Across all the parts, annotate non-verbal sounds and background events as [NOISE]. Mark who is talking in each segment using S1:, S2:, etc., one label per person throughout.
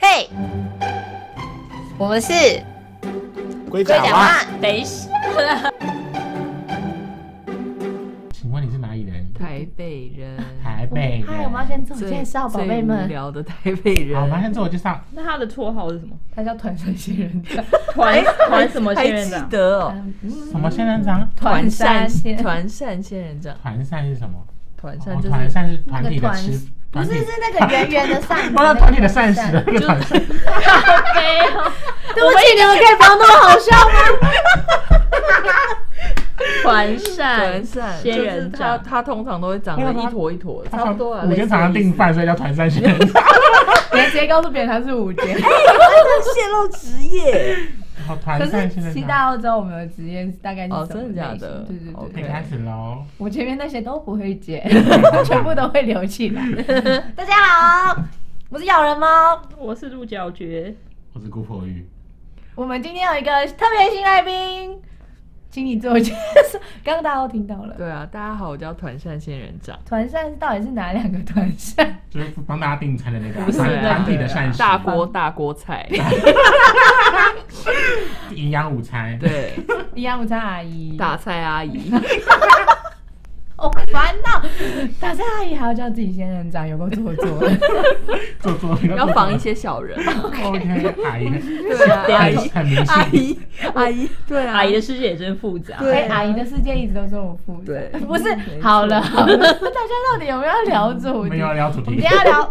S1: 对，我们是
S2: 龟
S1: 龟
S2: 甲
S1: 甲
S2: 蛙，
S1: 蛙。
S3: 等一下，
S2: 请问你是哪里人？
S4: 台北人，
S2: 台北人。
S1: 嗨，我们要先自我
S4: [LAUGHS] 最
S1: 介绍，宝
S4: 最
S1: 贝
S4: 无
S1: 们，
S4: 聊的台北人，
S2: 好，我们先自我介绍。
S3: 那他的绰号是什么？
S1: 他叫团山仙人掌，
S3: 团团什么仙
S4: 还
S3: 人
S4: 记
S3: 掌？
S4: 得哦，
S2: 什么仙人掌？
S4: 团扇
S1: 仙
S4: 团扇仙人掌，
S2: 团扇是什么？
S4: 团扇
S2: 哦，
S4: 就
S2: 团
S4: 是
S2: 扇是团体
S1: 那
S2: 的
S1: 个团
S2: 吃，
S1: 不是
S2: 团体
S1: 是那个圆圆的 [LAUGHS] 扇子，
S2: 我要团体的膳食的那个团扇。
S3: 没有，
S1: 对不起，你们可以不要那么好笑吗？
S3: [LAUGHS] 团扇
S4: 团扇，
S3: 仙
S4: 就是
S3: 人
S4: 它
S3: 掌。
S4: 它通常都会长得一坨一坨，
S2: 他
S4: 差不多啊。
S2: 午间常常订饭，所以叫团扇仙人掌。
S1: 别直接告诉别人他是五间。
S4: [LAUGHS] 泄露职业，
S2: 哦，
S1: 可
S2: 团扇仙
S1: 是
S2: 人
S1: 其
S2: 掌。
S1: 大家都知道我们的职业大概是
S4: 哦
S1: 什么
S4: 真的假
S1: 类型
S4: 的哦
S1: 对对对
S4: OK
S2: 可以
S1: 对
S2: 开始喽。
S1: 我前面那些都不会
S4: [LAUGHS]
S1: 接，全部都会留起来。大家好，我是咬人猫。
S3: 我是鹿角蕨，
S2: 我是姑婆玉，
S1: 我们今天有一个特别新来宾，请你自我介绍。 [LAUGHS] 刚刚大家都听到了，
S4: 对啊，大家好，我叫团扇仙人掌，
S1: 团扇到底是哪两个团扇？
S2: 就是帮大家订餐的那个啊
S4: 不是
S2: 团
S4: 那
S2: 团体的
S4: 个
S2: 膳食，
S4: 大锅大
S2: [LAUGHS]
S4: 锅菜，
S2: 营养午餐。
S4: 对，
S1: 营养午餐阿姨，
S4: 大菜
S2: [LAUGHS]
S4: 阿姨，
S1: 好烦恼。打菜阿姨还要叫自己仙人掌，有够做作的。
S2: 做作品
S4: 要防一。些小人，
S2: OK，阿姨，
S4: 对啊，阿
S2: 很
S4: 姨
S2: 很迷
S4: 阿
S2: 信。
S4: 姨阿姨，对啊，
S3: 阿姨的世界也真复杂。
S4: 对
S1: 哎、阿姨的世界一直都这么复杂。
S4: 对
S1: 不是
S4: 没，错
S1: 好了好了，大家到底有没有要聊主
S2: 我 [LAUGHS]
S1: 题？
S2: 们要聊主
S1: 我
S2: 题
S1: 们今，天要聊啊，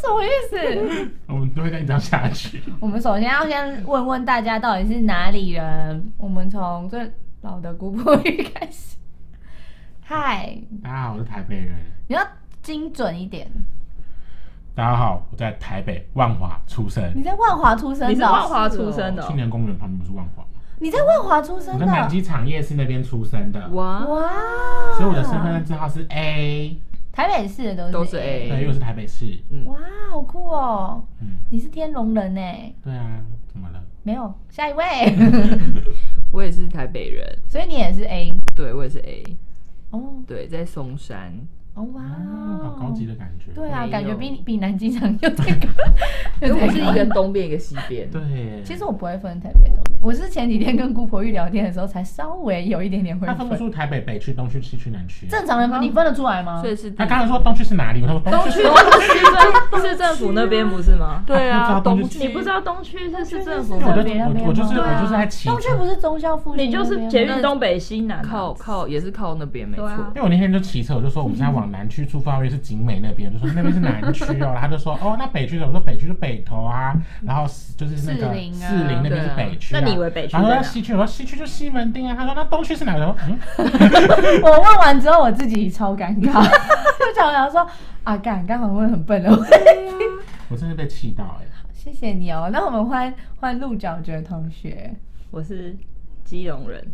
S1: 什么意思？
S2: 我们都会再这样下去。
S1: 我们首先要先问问大家到底是哪里人。我们从最老的姑婆玉开始。嗨，
S2: 大家好，我是台北人。
S1: 你要精准一点。
S2: 大家好，我在台北万华出生，
S1: 你在万华出生的哦？
S3: 你是万华出生的哦
S2: 青，年公园旁边不是万华吗？
S1: 你在万华出生
S2: 我
S1: 的哦
S2: 在？南机场夜市那边出生的，
S4: 哇，
S1: 哇！
S2: 所以我的身份证字号是 A，
S1: 台北市的
S4: 都
S1: 都
S4: 是
S1: 是
S4: A
S2: 对，因为我是台北市。
S4: 嗯，
S1: 哇，好酷哦！
S2: 嗯，
S1: 你是天龙人呢？
S2: 对啊，怎么了？
S1: 没有，下
S4: [LAUGHS]
S1: 一位。
S4: 我也是台北人，
S1: 所以你也是 A
S4: 对我也是 A，
S1: 哦
S4: 对，在松山，
S1: 哦哇
S2: 嗯，好高级的感觉。
S1: 对啊，
S4: 没有
S1: 感觉比比南机场又再
S4: [LAUGHS]
S1: 高。
S4: 因为我是一个东边一个西边，
S2: 对，
S1: 其实我不会分台北东北，我是前几天跟姑婆玉聊天的时候才稍微有一点点会
S2: 他分不
S1: 分。
S2: 出台北北区、东区、西区、南区。啊
S1: 正常人你分得出来吗
S4: 所？以是第
S2: 他刚才说东区是哪里，我说东
S3: 东区
S2: 区是
S3: 市政市政府那边不是吗？
S4: 对
S2: 啊
S4: 啊，
S2: 不知道
S4: 东
S2: 东区
S3: 你
S4: 区
S3: 不知道东区是市政府
S2: 因为我
S3: 那
S2: 就
S3: 边，
S2: 我我就是
S1: 对啊
S2: 我就是在骑车
S1: 东区不是忠孝复兴
S3: 你
S1: 那边
S3: 就
S1: 吗，
S3: 是捷运东北西南啊
S4: 靠靠也是靠那边没
S3: 对啊
S4: 错
S2: 因，为我那天就骑车，我就说我们现在往南区出发，因为是景美那边，就说那边是南区哦。他就说哦，那北区的，我说北区是北投啊，然后就是
S1: 士
S2: 那个
S1: 嗯林啊
S2: 士林那边是北区、
S3: 对
S2: 啊
S3: 啊那你以为北区在
S2: 然
S3: 哪
S2: 后那西区，我说西区就西门町啊。他说那东区是哪个？我说嗯，
S1: 我问完之后我自己超尴尬，
S4: [LAUGHS]
S1: 就想想说啊，干，刚好问很笨的问题。
S2: 我真的被气到哎、
S1: [LAUGHS] 谢谢你哦，那我们换换鹿角蕨同学，
S3: 我是基隆人，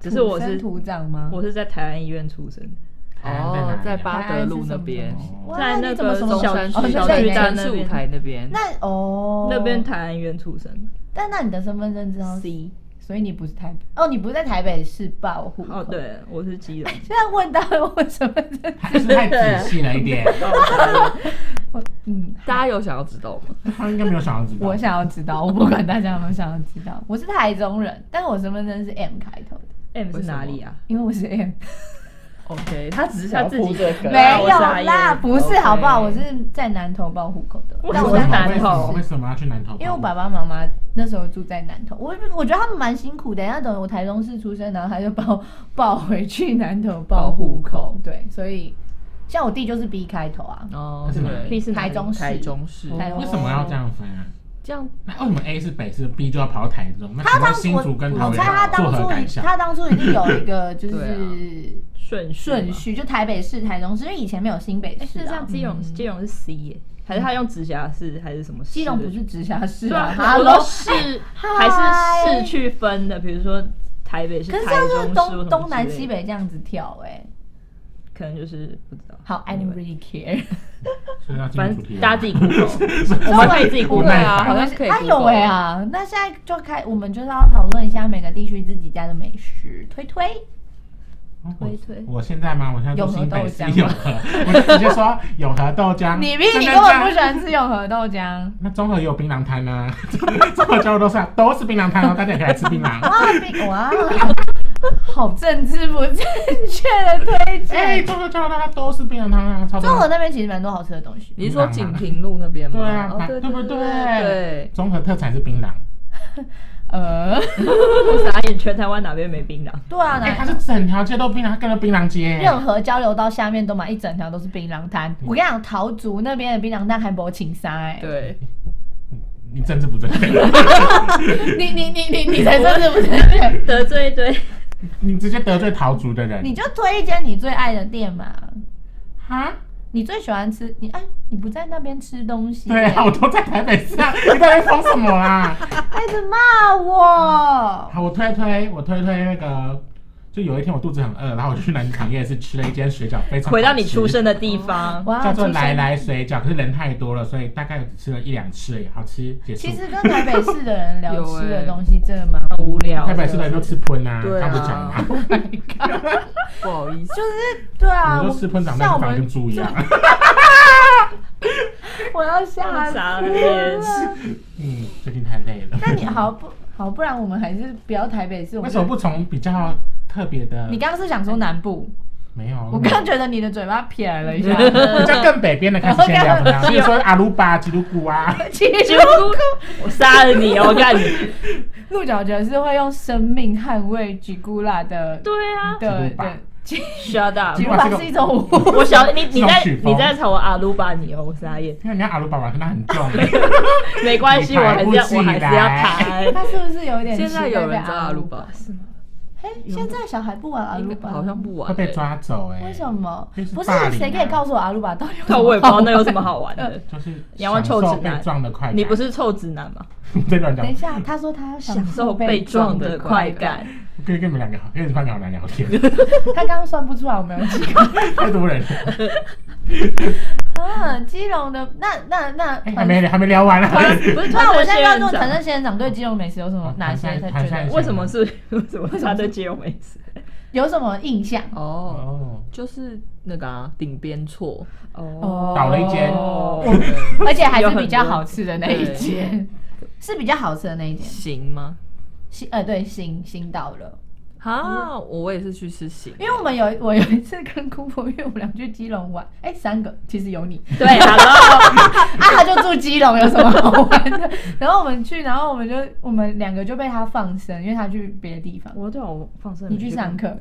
S3: 只是我
S1: 土
S3: 是
S1: 生土长吗？
S3: 我是在台湾医院出生，
S2: 台湾
S4: 哦
S2: 在哪
S4: 在
S2: 里啊
S4: 巴德路那边
S2: 哦
S3: 在那个
S1: 中
S3: 中
S4: 松
S3: 山
S4: 山
S3: 区
S1: 哦，
S4: 区
S1: 小
S4: 小
S1: 区
S4: 区
S1: 在
S4: 城
S3: 那
S4: 市
S3: 边
S4: 舞台那边，
S1: 那哦，
S3: 那边台湾医院出生
S1: 但那你的身份证知道，
S3: C。
S1: 所以你不是台北哦，你不是在台北市报户口
S3: 哦，。对，我是基隆。
S1: 现在问到底为什么这？
S2: 还是太仔细了一
S1: [LAUGHS]
S2: 点，
S1: 我嗯，
S4: 大家有想要知道吗？
S2: 他应该没有想要知道。
S1: 我想要知道，我不管大家有没有想要知道，我是台中人，但我身份证是 [LAUGHS] M 开头的，
S3: M 是哪里啊？
S1: 因为我是 M，
S4: OK，他只是
S3: 想
S4: 想
S3: 要铺
S4: 铺
S3: 这
S4: 这
S3: 个
S4: 个，
S3: 对啊
S1: 没
S3: 我
S1: 有
S3: 是台
S1: 啦，
S3: 中
S1: 不是好不好？
S4: OK
S1: 我是在南投报户口的，
S3: 为
S1: 但
S3: 什么
S1: 我在
S3: 在
S1: 南
S3: 南投
S2: 为什么要去南投？
S1: 因为我爸爸妈妈那时候住在南投，我我觉得他们蛮辛苦的。那等于我台中市出生，然后他就把我抱回去南投报户口。对，所以像我弟就是 B 开头啊，
S4: 哦，
S2: 是哪里
S4: 对，
S3: 是哪里
S1: 台中市
S4: 台中市
S1: 台
S3: 哦
S1: 中
S2: 为什么要这样分啊？
S4: 这样
S2: 那为什么 A 是北市，B 就要跑到台中？那
S1: 他
S2: 请
S1: 当
S2: 问
S1: 时
S2: 新
S1: 我
S2: 竹跟
S1: 我
S2: 桃
S1: 猜
S2: 园
S1: 他
S2: 作
S1: 当
S2: 何
S1: 初
S2: 感
S1: 一
S2: 想？
S1: 他当初一定有一
S3: [LAUGHS]
S1: 个就
S4: 对
S1: 是
S3: 顺
S1: 顺
S3: 嘛。
S1: 序，就台北市、台中市，因为以前没有新北
S3: 啊哎，
S1: 市
S3: 是
S1: 啊
S3: 像。基隆，基隆是 C 耶，还是他用直辖市还是什么市的？
S1: 基隆不是直辖市
S3: 对
S1: 啊 [LAUGHS] 哈
S3: 啊，，我
S1: 喽
S3: 说。市
S1: 嗨
S3: [LAUGHS] 还是市去分的，比如说台北市、
S1: 可
S3: 台
S1: 是
S3: 中
S1: 这样就
S3: 市
S1: 是
S3: 或什么
S1: 东东南
S3: 之类
S1: 西
S3: 的，
S1: 北这样子跳哎、欸
S3: 可能就是不知道。
S1: 好，I don't really care。
S2: 所以要进
S3: 反
S2: 入主题啊
S3: 正
S2: 了
S3: 大家自己
S1: [LAUGHS]
S3: Google，
S2: 我
S3: 们可以自己
S2: 不
S3: 估
S4: 对
S2: 耐
S4: 啊，
S2: 烦
S4: 好像可以。
S1: 哎有哎、啊！那现在就开，我们就是要讨论一下每个地区自己家的美食，推推。
S2: 嗯
S3: 推推
S2: 我我现在吗？我现在
S1: 永
S2: 住
S1: 和
S2: 新
S1: 豆
S2: 北市
S1: 浆吗
S2: 永和，我就直接说永和豆浆。
S1: [LAUGHS] 你屁，你
S2: 那
S1: 根
S2: 那
S1: 本不喜欢吃永和豆 [LAUGHS] 浆。
S2: 那中和也有槟榔摊啊，中和交流都是啊都是槟榔摊哦，大家也可以来吃槟
S1: [LAUGHS]
S2: 榔。
S1: 哇，冰啊哇，好政治不正确的推
S2: 哎、
S1: 荐。
S2: 中和交流道它都是槟榔摊啊，超多
S1: 中和那边其实蛮多好吃的东西，
S4: 你是说锦屏路那边吗？
S2: 对啊
S4: 哦
S2: 蛮
S4: 对
S2: 对不
S4: 对？
S2: 对
S4: 对，
S2: 中和特产是槟榔，
S1: 呃，
S3: 我傻眼，啊全台湾哪边没槟榔？
S1: 对啊，
S2: 哎、它
S1: 那
S2: 是整条街都槟榔，它跟着槟榔街。
S1: 任何交流道下面都嘛一整条都是槟榔摊。我跟你讲，桃竹那边的槟榔摊还没请杀哎，
S4: 对，
S2: 你政治不正确， [LAUGHS]
S1: 你你你你你才真是不正确，
S3: 得罪一堆，
S2: 你直接得罪桃竹的人。
S1: 你就推一间你最爱的店嘛，
S2: 啊？
S1: 你最喜欢吃你哎，你不在那边吃东西，
S2: 对啊，我都在台北市啊，你到底疯什么啊？
S1: 开始哎骂我。
S2: [LAUGHS] 好，我推推，我推推那个，就有一天我肚子很饿，然后我就去南港夜市吃了一间水饺，非常好吃
S3: 回到你出生的地 [LAUGHS] 方。
S1: 哇
S2: 叫做
S1: 啊出现
S2: 来来水饺，可是人太多了，所以大概只吃了一两次而已，好吃结束。
S1: 其实跟台北市的人聊
S4: 有
S1: 吃的
S4: 欸
S1: 东西真的蛮
S4: 很无聊
S2: 台，北市的人都吃喷啊，
S4: 对啊
S2: 刚不讲吗？
S4: 不好意思，
S1: [LAUGHS] 就是对啊，
S2: 我
S1: 我
S2: 们都吃喷长大
S1: 像
S2: 就
S1: 我
S2: 长得跟
S1: 们，
S2: 猪一样。
S1: 我要吓
S3: [LAUGHS]
S1: 死
S3: 傻眼，
S1: 了。
S2: 嗯，最近太累了。
S1: 那你好不好？不然我们还是不要台北市。我
S2: 为
S1: 们
S2: 什么不从比较特别的？
S1: 你刚刚是想说南部？
S2: 没有，
S1: 我刚觉得你的嘴巴撇了一下。
S2: 比较更北边的开始先聊怎么样？比如说阿鲁巴、吉鲁古啊，
S1: [LAUGHS] 其实
S3: 结果我杀了你哦！我干你！
S1: 鹿角蕨是会用生命捍卫吉古拉的，
S3: 对啊
S1: 的
S2: 吉古巴
S1: 的吉
S3: ，shut up！
S1: 吉古
S2: 哇
S1: 拉
S2: 这个
S1: 是一种武器
S3: 我想你，你在
S2: 这种曲风
S3: 你在吵我阿鲁巴你哦，我傻眼。
S2: 因为你看阿鲁巴嘛，那很
S1: [LAUGHS]
S2: 重。
S3: 没关系，
S2: 你
S3: 我
S2: 抬
S3: 还
S2: 不
S3: 是要
S2: 起
S3: 我还是要
S2: 来
S3: 抬。
S1: 它是不是有一点？
S4: 现在有人知道阿鲁巴
S1: 是吗？哎，现在小孩不玩阿鲁巴，
S4: 好像
S2: [LAUGHS]
S4: 不
S2: 会
S4: 玩欸，
S2: 被抓走哎、
S1: 为什？么
S2: 因为？是
S1: 不是
S2: 霸凌啊
S1: 谁可以告诉我阿鲁巴到底有什
S3: 但
S1: 么
S3: 我也不知道
S1: 好
S3: 那有什么好玩的。
S2: 就是
S3: 你要玩
S2: 享
S3: 臭
S2: 受
S3: 直
S2: 被
S3: 男
S2: 撞的快感。
S3: 你不是臭直男吗？
S2: [LAUGHS] 你在乱讲
S1: 等一？下，他说他要
S3: 享受被撞的快感。
S2: 我跟跟你们两个好，跟你们两个好难聊天，
S1: 他刚刚算不出来我们有几个。
S2: 太多人了，
S1: 啊，基隆的那那那，
S2: 哎还没还没聊完呢、啊。
S3: 不是
S1: 突然我现在要
S3: 做
S1: 做陈正仙人掌对基隆美食有什
S2: 哦
S1: 么哪些才
S2: 团
S1: 觉
S2: 扇
S1: 得
S3: [LAUGHS] 为什么是为什么他对街友美食？
S1: 有什么印象？
S4: 哦，
S2: 哦，
S4: 就是那个啊，顶边错，
S1: 哦
S2: 倒了一间
S4: 哦，
S1: 而且还是比较好吃的那一间，是比较好吃的那一间。
S4: 行吗？
S1: 新呃对新新到了，
S4: 啊，我也是去吃行，
S1: 因为我们有我有一次跟姑婆，因为我们俩去基隆玩，哎三个其实有你， [LAUGHS]
S3: 对，Hello，
S1: 啊，他就住基隆，有什么好玩的？然后我们去，然后我们就我们两个就被他放生，因为他去别的地方。
S3: 我对我放生
S1: 你去上课，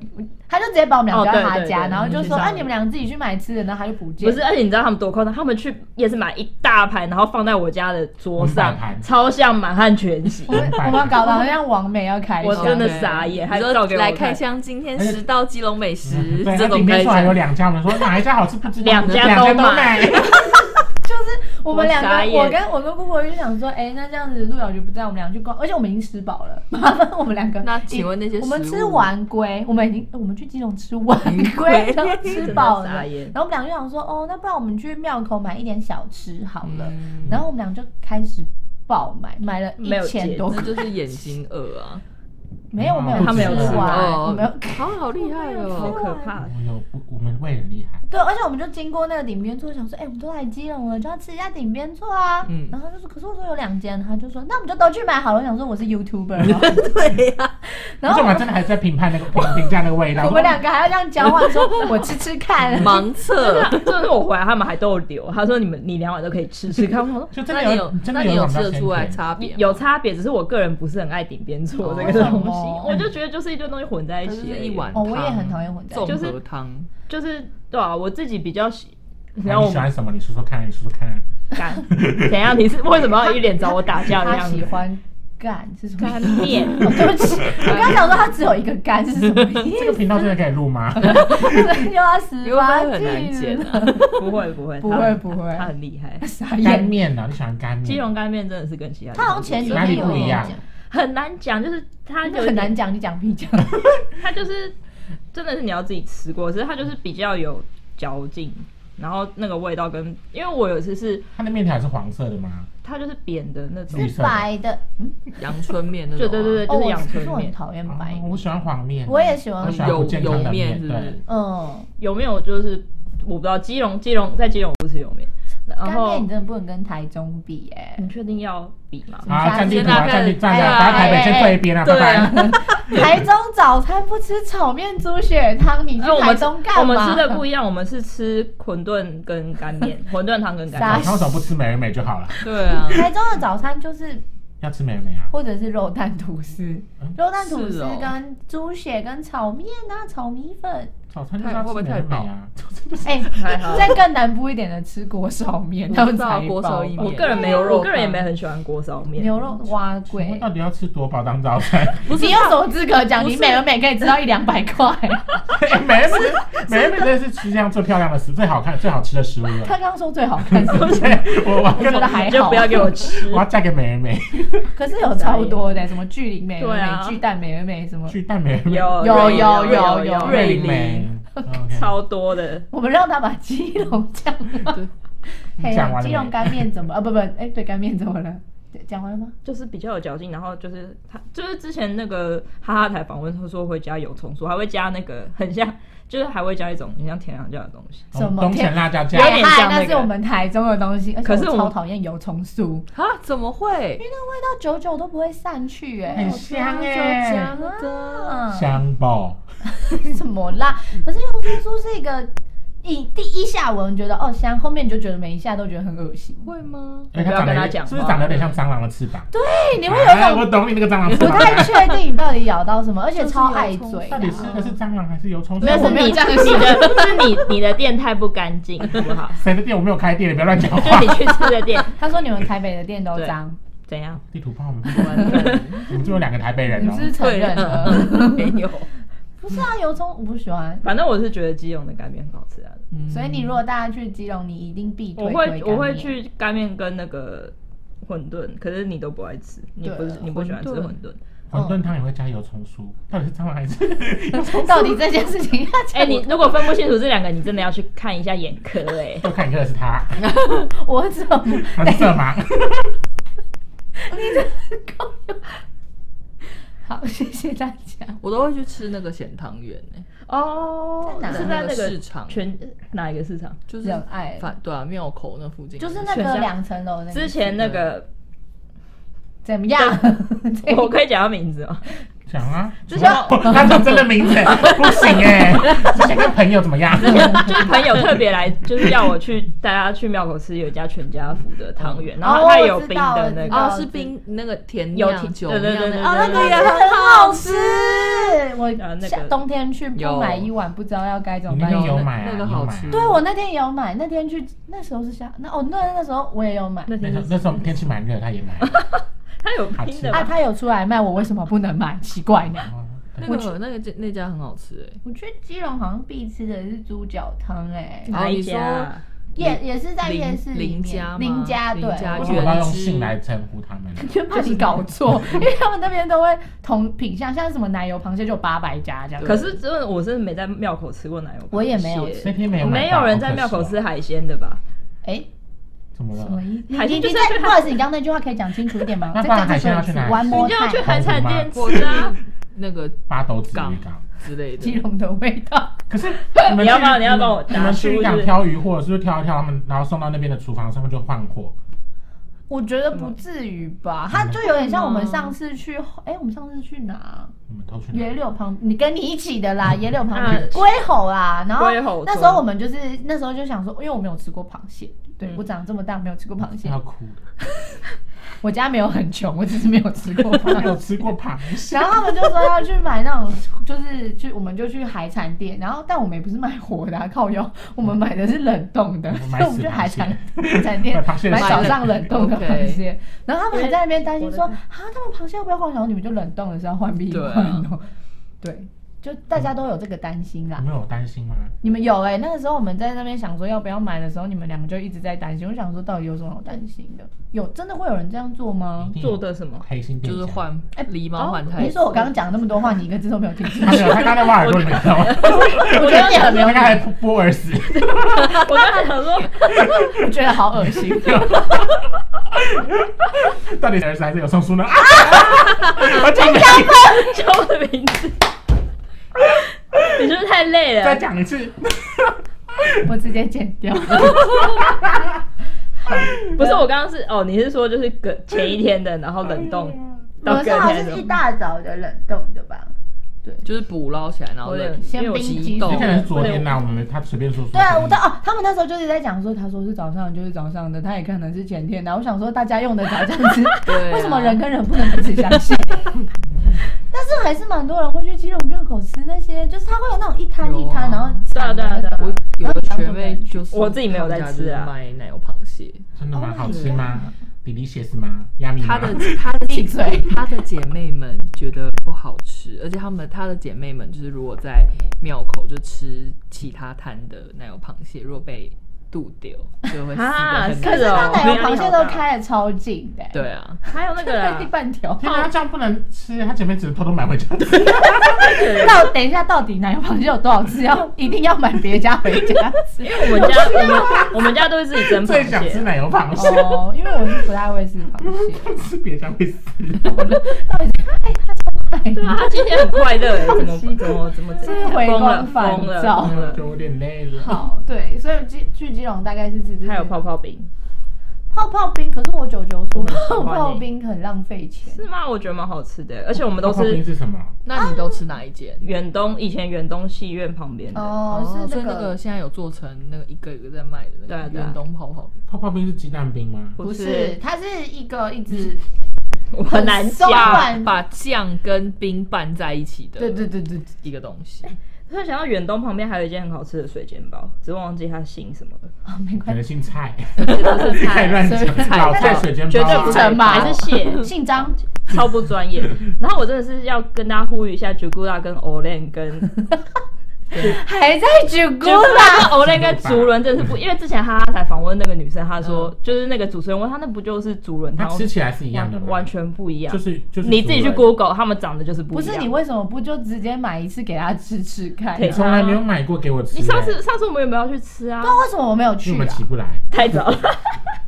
S1: 他就直接把我们俩
S3: 哦
S1: 叫到
S3: 对
S1: 他
S3: 对
S1: 家，
S3: 对
S1: 然后
S3: 你
S1: 就
S3: 去
S1: 说：“
S3: 上
S1: 啊，
S3: 课
S1: 你们两个自己去买吃的。”然后他就不见。
S3: 不是，，而且你知道他们多夸张？他们去夜市买一大盘，然后放在我家的桌
S2: 一
S3: 上
S2: 大盘，
S3: 超像满汉全席
S1: 我。们我们搞得好像王美要开
S3: 我
S1: 箱
S3: 真的
S1: 对
S3: 傻眼
S4: 你
S3: 还
S4: 说
S3: 照给我
S4: 来
S3: 看
S4: 开箱，今天
S2: 而且
S4: 十道基隆美食，
S2: 哎对，
S4: 这
S2: 那里
S4: 种
S2: 面
S4: 开
S2: 说还有
S4: 箱，
S2: 两家，我们说哪一家好吃不知道，
S3: 两家
S2: 两家
S3: 都
S2: 买
S3: 买。
S1: 我们两
S3: 我傻
S1: 个，
S3: 眼
S1: 我跟我跟姑婆就想说：“哎，那这样子陆小菊不在，我们俩去逛，而且我们已经吃饱了，麻烦我们两个。”
S4: 那请问那些
S1: 我们
S4: 食
S1: 吃
S4: 物
S1: 完龟，我们已经我们去基隆吃完
S4: [LAUGHS]
S1: 龟，然后吃饱了，然后我们俩就想说，哦，那不然我们去庙口买一点小吃好了。
S4: 嗯
S1: 然后我们俩就开始爆买，买了
S3: 没有
S1: 一千
S3: 节
S1: 多
S4: 那
S1: 块，
S4: 就是眼睛饿啊，
S1: 没有没有，
S2: 他没有
S1: 吃
S2: 吃
S1: 完，
S4: 哦
S1: 我没有。
S4: 好好厉害
S3: 好
S4: 哦，
S3: 可怕！
S2: 我有，我们胃很厉害。
S1: 对，而且我们就经过那个顶边厝，想说，哎、我们都来基隆了，就要吃一下顶边厝啊。
S4: 嗯
S1: 然后他就说，可是我说有两间，他就说，那我们就都去买好了。我想说我是 YouTuber 吗？
S4: [LAUGHS] 对呀，
S1: 然
S2: 而且
S1: 后
S2: 我
S1: 我
S2: 们
S1: 们
S2: 真的还在评判那个评评价那个味道。
S1: 我们两个还要这样交换，
S4: [LAUGHS]
S1: 说我吃吃看。
S4: 盲测。
S3: 就是我回来，他们还都有留。他说你们你两碗都可以吃吃看。我想 [LAUGHS] 说
S2: 就真
S4: 那
S2: 的
S4: 你
S2: 有，真的
S4: 那你
S2: 有
S4: 有
S2: 种哎
S4: 吃
S2: 比较
S4: 得出来
S2: 甜
S4: 差别吗？
S3: 有差别，只是我个人不是很爱顶边错这个
S1: 哦
S3: 东西
S1: 哦，
S3: 我就觉得就是一堆东西混在一
S4: 它
S3: 起
S4: 就
S3: 而
S4: 是
S3: 已。
S4: 一碗
S1: 哦
S4: 汤，
S1: 我也很讨厌混在一
S4: 综
S1: 起
S4: 合汤，
S3: 就是对啊，我自己比较喜，
S2: 那
S3: 然后
S2: 你
S3: 我
S2: 喜欢什么？你说说看，你说说看。
S3: 干， [LAUGHS] 怎样？你是为什么要一脸找我打架的
S1: 他
S3: 样
S1: 喜
S3: 子？
S1: 欢干是什么意思？
S3: 干面，
S1: 哦对不
S3: [LAUGHS]
S1: 起，我刚想说他只有一个干是什么意
S2: 这个频道真的可以录吗？
S1: 思？又要十
S4: 因为
S1: 八
S4: 会很难
S1: 禁
S4: 剪
S1: 了，
S4: 啊。
S3: 不会不会
S1: 不会不会
S3: 他很厉害。
S1: 傻
S2: 干
S1: 眼。
S2: 面呢？啊你喜欢干面？
S3: 基隆干面真的是跟其他地
S1: 他
S3: 方
S1: 好像前几
S2: 哪
S1: 天
S2: 里
S1: 有
S2: 不一样
S1: 讲
S3: 很难讲，就是它有
S1: 很难，讲，你讲屁讲。
S2: [LAUGHS]
S3: 它就是真的是你要自己吃过，只是它就是比较有嚼劲，然后那个味道跟，因为我有一次是
S2: 它的面条也是黄色的吗？
S3: 它就是扁的那种
S2: 绿，
S1: 是
S2: 色的
S1: 白的，嗯，
S4: 阳春面那
S3: 对
S4: 种
S3: 对
S4: 啊，
S3: 对对，
S1: 哦，
S3: 就是
S1: 我
S3: 阳
S1: 其
S3: 春
S1: 实我很
S3: 面。
S1: 讨厌白
S2: 哦，我喜欢黄面，
S1: 我也喜欢
S2: 我喜欢不健康的面，
S4: 油油面是不是
S2: 对，
S1: 嗯，
S3: 有没有就是我不知道，基隆基隆在基隆不吃有面，然
S1: 干
S3: 后
S1: 面你真的不能跟台中比哎、
S3: 你确定要比吗？
S1: 嗯
S2: 啊，
S1: 下
S2: 站
S1: 次
S2: 地图啊，
S4: 大概
S2: 站地站
S4: 哎
S2: 下，
S4: 呀
S2: 把台北先退一边啊，拜
S3: 对啊
S2: 拜。
S1: 台中早餐不吃炒面、猪血汤，你去
S3: 那我
S1: 台
S3: 们
S1: 中干嘛？
S3: 我们吃的不一样，我们是吃馄饨跟干面，馄饨汤跟干
S2: 早
S1: 傻 [LAUGHS]
S3: 面。
S2: 餐为什么不吃美而美就好了？
S4: 对啊，
S1: 台中的早餐就是
S2: 要吃美而美啊？
S1: 或者是肉蛋吐司
S2: 嗯，
S1: 肉蛋吐
S4: 是
S1: 司
S4: 哦
S1: 跟猪血跟炒面啊，炒米粉。
S2: 早餐就是要吃美而美 [LAUGHS] 啊？
S1: 哎、
S3: 还好
S1: 再更南部一点的吃锅烧面，他们才饱
S4: 锅烧意面
S3: 我个人没有，
S4: 牛肉
S3: 我个人也没很喜欢锅烧面。
S1: 牛肉蛙
S2: 请问
S1: 贵
S2: 到。底要吃多饱当早餐？
S1: 不是你有什么资格讲？
S4: 不
S1: 你
S4: 是
S1: 美而美可以吃到一两百块。
S2: 美而美，美而美真的是世界上最漂亮的食、最好看、最好吃的食物了。
S1: [LAUGHS] 他刚刚说最好看是不是？
S2: 对，我我
S1: 我觉
S2: 跟
S1: 得还
S3: 就
S1: 好，
S3: 不要给我
S2: [LAUGHS]
S3: 吃
S2: 我。要嫁给美而美，
S1: 可是有超多的，什么巨灵美而
S3: 对
S1: 美、
S3: 啊
S1: 巨蛋美而美什么。
S2: 巨蛋美而美，
S3: 有
S1: 有
S3: 瑞
S1: 有
S3: 林
S1: 有有
S3: 瑞
S2: 瑞林美
S3: 林，[LAUGHS]
S2: OK 哦
S3: 超多的。
S1: 我们让他把基隆讲完。 [LAUGHS] 嘿
S2: 你讲完了没
S1: 基隆干面怎么？啊不不，哎对，干面怎么了？对讲完了吗？
S3: 就是比较有嚼劲，然后就是他就是之前那个哈哈台访问，他说会加油葱酥，还会加那个很像，就是还会加一种很像甜辣酱的东西。
S1: 什么
S2: 东城辣椒
S3: 有
S2: 酱
S3: 甜？点
S1: 哎
S3: 像那
S1: 那
S3: 个
S1: 是我们台中的东西，而且
S3: 可是
S1: 我
S3: 我
S1: 超讨厌油葱酥，
S4: 啊，怎么会？
S1: 到久久都不会散去哎、
S2: 很香哎，
S4: 的，
S1: 嗯，
S2: 香爆！
S1: 什么啦？可是油葱酥是一个一第一下闻觉得哦香，后面你就觉得每一下都觉得很恶心。
S4: 会吗？
S2: 哎，
S3: 不要
S2: 它长得
S3: 跟他
S2: 有
S3: 讲
S2: 点
S3: 话
S2: 是不是长得有点像蟑螂的翅膀？
S1: 对，你会有
S2: 啊
S1: 一
S2: 我
S1: 种
S2: 懂你那个蟑螂翅
S1: 不
S2: 膀。
S1: 太确定你到底咬到什么，而且超爱
S4: 就是油
S1: 嘴的
S4: 葱
S2: 到
S1: 啊。
S2: 底吃的是蟑螂还是油葱酥？
S1: 没有
S3: 是
S1: 我没有
S3: 你
S1: 这样
S3: 你的是你你的店太不干净，好不 [LAUGHS] 好？
S2: 谁的店我没有开店，你不要乱讲
S3: 就
S2: 话
S3: 你。去吃的店
S1: 他说你们台北的店都
S3: 对
S1: 脏，
S3: 怎样？
S2: 地图炮，我
S3: [LAUGHS]
S2: 们
S4: 完蛋
S2: 我们就有两个台北人
S1: 你
S2: 哦
S1: 是不。是承认了？
S4: 没有，
S1: [LAUGHS] 不是啊，油葱我不喜欢。
S3: 反正我是觉得基隆的干面很好吃啊。
S4: 嗯
S1: 所以你如果大家去基隆，你一定必推
S3: 我
S1: 推
S3: 会
S1: 干
S3: 我会
S1: 面。
S3: 去干面跟那个馄饨，可是你都不爱吃，你不是
S1: 对
S3: 你不喜欢吃
S4: 馄饨
S3: 啊馄饨。
S2: 馄饨汤也会加油葱酥，到底是蟑螂还是？
S1: [LAUGHS]
S2: [LAUGHS]
S1: 到底这件事情要讲
S3: 哎、你如果分不清楚这两个，你真的要去看一下眼科哎、
S2: 我看你的是他，
S1: 我怎么？
S2: 他是色
S3: [LAUGHS]
S2: 盲。
S1: 好， [LAUGHS] 谢谢大家。
S4: 我都会去吃那个咸汤圆诶，
S3: [LAUGHS] 哦
S1: 在哪
S3: 是在那个
S4: 市场
S3: 全哪一个市场？
S4: 就是
S1: 仁爱
S4: 反对啊，庙口那附近
S1: 就是那个两层楼那个
S3: 之前那个，
S1: 怎么 [LAUGHS] 样？
S3: [LAUGHS] 我可以讲到名字吗？
S2: 讲啊，
S3: 之前
S2: 我他讲真的
S3: [LAUGHS]
S2: 名字不行哎，之前跟朋友怎么样？
S3: 就是朋友特别来，就是要我去带他去庙口吃有一家全家福的汤圆，然
S1: 哦
S3: 后它也有
S1: 我知
S3: 冰
S1: 道
S3: 的
S1: 我
S3: 那
S1: 知
S3: 个，
S1: 道
S4: 哦是冰那个甜
S3: 有
S4: 酿
S3: 甜
S4: 酒
S3: 对对对对
S4: 酿的
S3: 对对
S4: 哦
S1: 很好吃。我
S3: 啊那个
S1: 夏冬天去不
S4: 有
S1: 买一碗，不知道要该怎
S2: 你
S1: 么
S2: 那
S1: 办。
S2: 天有买啊？
S4: 那个
S2: 你有
S4: 好
S2: 买啊
S4: 吃
S1: 对我那天有买，那天去那时候是夏那哦那那时候我也有买
S3: 那
S2: 那
S3: 天
S2: 时候
S3: 是
S2: 那时候天气蛮热，他也买。
S3: 它有冰的
S1: 啊，
S3: 吧，
S1: 他有出来卖，我为什么不能买？ [LAUGHS] 奇怪呢。
S2: 哦
S4: 那
S1: 我去
S4: 个那个家那家很好吃哎，
S1: 我去基隆好像必吃的是猪脚汤哎、
S4: 啊
S3: 哪一
S4: 哦你
S3: 家
S4: 说？
S1: 也也是在
S4: 邻
S1: 夜市里
S4: 邻
S1: 面
S4: 家吗
S1: 邻家
S4: 邻
S1: 对，
S4: 家
S2: 为
S1: 我
S2: 什么
S4: 园
S2: 要用
S4: 之
S2: 姓来称呼他们呢？
S1: 就怕你搞
S3: [LAUGHS]
S1: 错，因为他们那边都会同品相，像什么奶油螃蟹就有八百家这样。
S3: 可是真的，我真的没在庙口吃过奶油，
S1: 我也没有
S2: 那
S1: 吃
S2: 天没有买到，
S3: 没有人在庙口
S2: 好可惜
S3: 吃
S2: 哦
S3: 海鲜的
S2: [LAUGHS]
S3: 吧？
S1: 哎、
S2: 怎么
S1: 什么
S2: 了？
S1: 意思？
S3: 海
S1: 你
S3: 鲜
S1: 你
S3: 哎就是
S1: 再
S3: 要去
S1: 不好意思，你刚刚那句话可以讲清楚一点吗？
S2: 那
S1: 再
S2: 不然
S1: 再
S2: 海鲜
S1: 说
S2: 要
S1: 一次
S2: 去哪里
S1: ，one
S2: 吃
S1: more
S3: 你就要去
S1: time
S3: 海产店
S4: 或
S3: 吃
S4: 者
S3: 啊！
S4: 那个
S2: 八斗子
S4: 港
S2: 鱼港。
S4: 之类
S1: 基
S4: 的，
S1: 隆的味道。
S2: 可是你们
S3: [LAUGHS] 你要
S2: 去
S3: 帮我你要帮我
S2: 你
S3: 打
S2: 们
S3: 输
S2: 去渔
S3: 是不
S2: 港
S3: 是
S2: 挑鱼，或者是挑一挑他们，然后送到那边的厨房，上面就换货。
S1: 我觉得不至于吧，它就有点像我们上次去，哎、我们上次去哪？
S2: 你们都去哪
S1: 野柳旁，你跟你一起的啦，野柳旁
S3: 啊
S1: 龟吼啦，然后
S3: 龟吼
S1: 那时
S3: 村
S1: 候我们就是那时候就想说，因为我没有吃过螃蟹，对、
S3: 嗯
S1: 我长这么大没有吃过螃蟹，
S2: 要哭了，
S1: 我家没有很穷，我只是没有吃过
S3: [LAUGHS]
S2: 我 [LAUGHS] 没
S1: 螃
S2: 有
S1: 蟹。
S2: 吃过螃
S1: [LAUGHS]
S2: 蟹。
S1: 然后他们就说要去买那种，就是去我们就去海产店，然后但我们也不是买活的、啊，靠腰，我们买的是冷冻的，
S2: 嗯我们
S1: 所
S2: 买
S1: 以我们去
S2: 死螃
S1: 海
S2: 蟹
S1: 产海产店
S2: 买螃蟹的
S1: 买
S2: 蟹
S1: 早上冷冻的
S4: OK
S1: 螃蟹。然后他们还在那边担心说
S3: 因为
S1: 啊，他们螃蟹要不要换？然后你们就冷冻的时候换冰
S4: 对啊
S1: [LAUGHS] 换哦。对，就大家都有这个担心啦
S2: 你。们有担心吗？
S1: 你们有哎、那个时候我们在那边想说要不要买的时候，你们两个就一直在担心。我想说，到底有什么好担心的？有真的会有人这样做吗
S2: 一？定有
S3: 做的什么？
S2: 黑心店
S4: 就
S2: 家
S4: 是换
S1: 哎
S4: 哎狸猫换太
S1: 哦
S4: 子。
S1: 你说我刚刚讲那么多话，你一个字都没有听清
S2: 他
S1: 楚。
S4: [LAUGHS]
S2: 没有，他刚才挖耳朵，你没看到吗？
S1: 我觉得你很没有
S2: 他刚，才波耳屎，
S3: [LAUGHS] 我刚才想说，
S1: 我觉得好恶心。
S2: 到底是儿子还是有送书呢？啊！我讲
S3: 叫我的名字， [LAUGHS] 你是不是太累
S2: 再
S3: 了？啊
S2: 讲一次，
S1: 我直接剪
S4: [LAUGHS]
S1: 掉。
S3: 不是，我刚刚是哦，你是说就是隔前一天
S1: [LAUGHS]
S3: 的，然后冷冻到
S1: 哎我
S3: 隔
S1: 是好
S3: 天
S1: 像
S3: 的
S1: 是一。大早的冷冻的吧？
S4: 就是捕捞起来，然后
S3: 我有
S4: 冷
S1: 先
S4: 因为我
S1: 冰
S4: 激
S1: 激
S4: 动
S2: 你
S1: 素
S2: 可能是昨天呐，我们他随便说说。
S1: 哦对啊，我到哦，他们那时候就是在讲说，他说是早上就是早上的，他也可能是前天的。我想说，大家用得着这样
S4: [LAUGHS]
S1: 子，
S4: 对啊
S1: 为什么人跟人不能彼此相信？ [LAUGHS] 但是还是蛮多人会去鸡肉庙口吃那些，就是他会有那种一摊一摊，
S4: 有啊
S1: 然后散的
S3: 对啊对啊
S1: 那
S3: 对
S1: 种
S3: 啊
S4: 有个学妹就是
S3: 我自己没有在吃啊
S4: 他们家就是卖奶油螃蟹，
S2: 真的
S1: Oh
S2: 吗？
S1: my
S2: 好吃吗？弟弟写是吗？亚
S3: 嗯
S2: 米吗
S4: 她
S3: [LAUGHS]
S4: 的她的
S1: 闭嘴
S4: 她的姐妹们觉得不好吃，而且她们她的姐妹们就是如果在庙口就吃其他摊的奶油螃蟹，如果被渡丢就会死
S3: 啊
S4: 的很
S1: 可
S4: 难
S1: 是
S3: 是哦
S1: 他
S4: 受。
S1: 奶油
S3: 我
S1: 螃
S3: 没有
S1: 蟹
S3: 料到
S1: 都开的超近的、
S4: 对啊，
S3: 还有那个啦
S1: 一 [LAUGHS] 半条。
S2: 天哪，他这样不能吃，他前面只是偷偷买回家吃。
S1: 那等一下，到底奶油螃蟹有多少次？要一定要买别家回家吃。
S3: 因为我们家我们
S1: [LAUGHS]
S3: 我们家都是自己蒸
S2: 最想
S3: 螃
S2: 吃
S3: 蟹，
S2: 奶油螃 [LAUGHS] 蟹，
S1: 哦，因为我是不太会吃螃蟹。
S2: 吃别家会死。
S3: 对啊，他今天很快
S1: [LAUGHS]
S3: 乐耶，怎么怎么怎么
S1: 是回
S3: 疯了
S1: 光返
S3: 疯了
S1: 照
S3: 疯了，
S2: 就有点累了。
S1: 好，对，所以基去基隆大概是吃这
S3: 还有
S1: 些
S3: 泡泡冰
S1: 泡泡冰，可是我九九说
S3: 我很喜欢
S1: 泡泡
S3: 欸
S1: 冰很浪费钱。
S3: 是吗？我觉得蛮好吃的，而且我们
S2: 泡
S3: 都
S2: 泡冰
S3: 是
S2: 是什么？
S4: 那你都吃哪一间？
S3: 远东以前远东戏院旁边的，
S1: 哦，是
S4: 所
S1: 那
S4: 以那
S1: 个
S4: 个现在有做成那个一个一个在卖的
S3: 对
S4: 那
S3: 啊
S4: 个
S3: 对啊
S4: 远东泡泡饼，
S2: 泡泡冰是鸡蛋冰吗？
S1: 不
S3: 不
S1: 是，
S3: 是
S1: 它是一个一直
S3: 我很难
S1: 松软
S3: 讲。
S1: 嗯
S4: 把酱跟冰拌在一起的，
S1: 对对对对对
S4: 一个东西。
S3: 突然想到远东旁边还有一间很好吃的水煎包，只是忘记它姓什么了，
S1: 啊，没
S2: 可
S1: 关
S2: 能姓蔡，
S4: 这
S2: [LAUGHS]
S4: 是
S2: 太乱
S1: 随便
S2: 讲，
S4: 菜
S2: 老蔡水煎
S3: 绝
S2: 包
S3: 对
S2: 啊
S3: 不
S1: 是成吧
S3: 还是蟹，
S1: 系，姓张，
S3: 超不专业。 [LAUGHS] 然后我真的是要跟大家呼吁一下 j u g u l a 跟 Olen 跟
S1: 还在举孤
S3: j u g u l
S1: 啦。
S3: a 跟 Olen 跟竹轮真的是不，因为之前哈哈台访问那个女生，她说、就是那个主持人问她，那不就是竹轮
S2: 它
S3: 汤，
S2: 嗯吃起来是一样的吗？
S3: 完全不一样。
S2: 就是就是
S3: 你自己
S2: 主
S3: 去
S2: 人
S3: Google，他们长得就是
S1: [LAUGHS]
S3: 不
S1: 不
S3: 一样。
S1: 是
S2: 啊
S1: 你为什么不就直接买一次给他吃吃看啊？
S3: 可以
S2: 你从来没有买过给我吃、欸，
S3: 你上次上次我们有没有要去吃啊？
S1: 那为什么我没有
S2: 因为
S1: 去
S2: 我们
S1: 啊
S2: 起？不来，
S3: 太早了，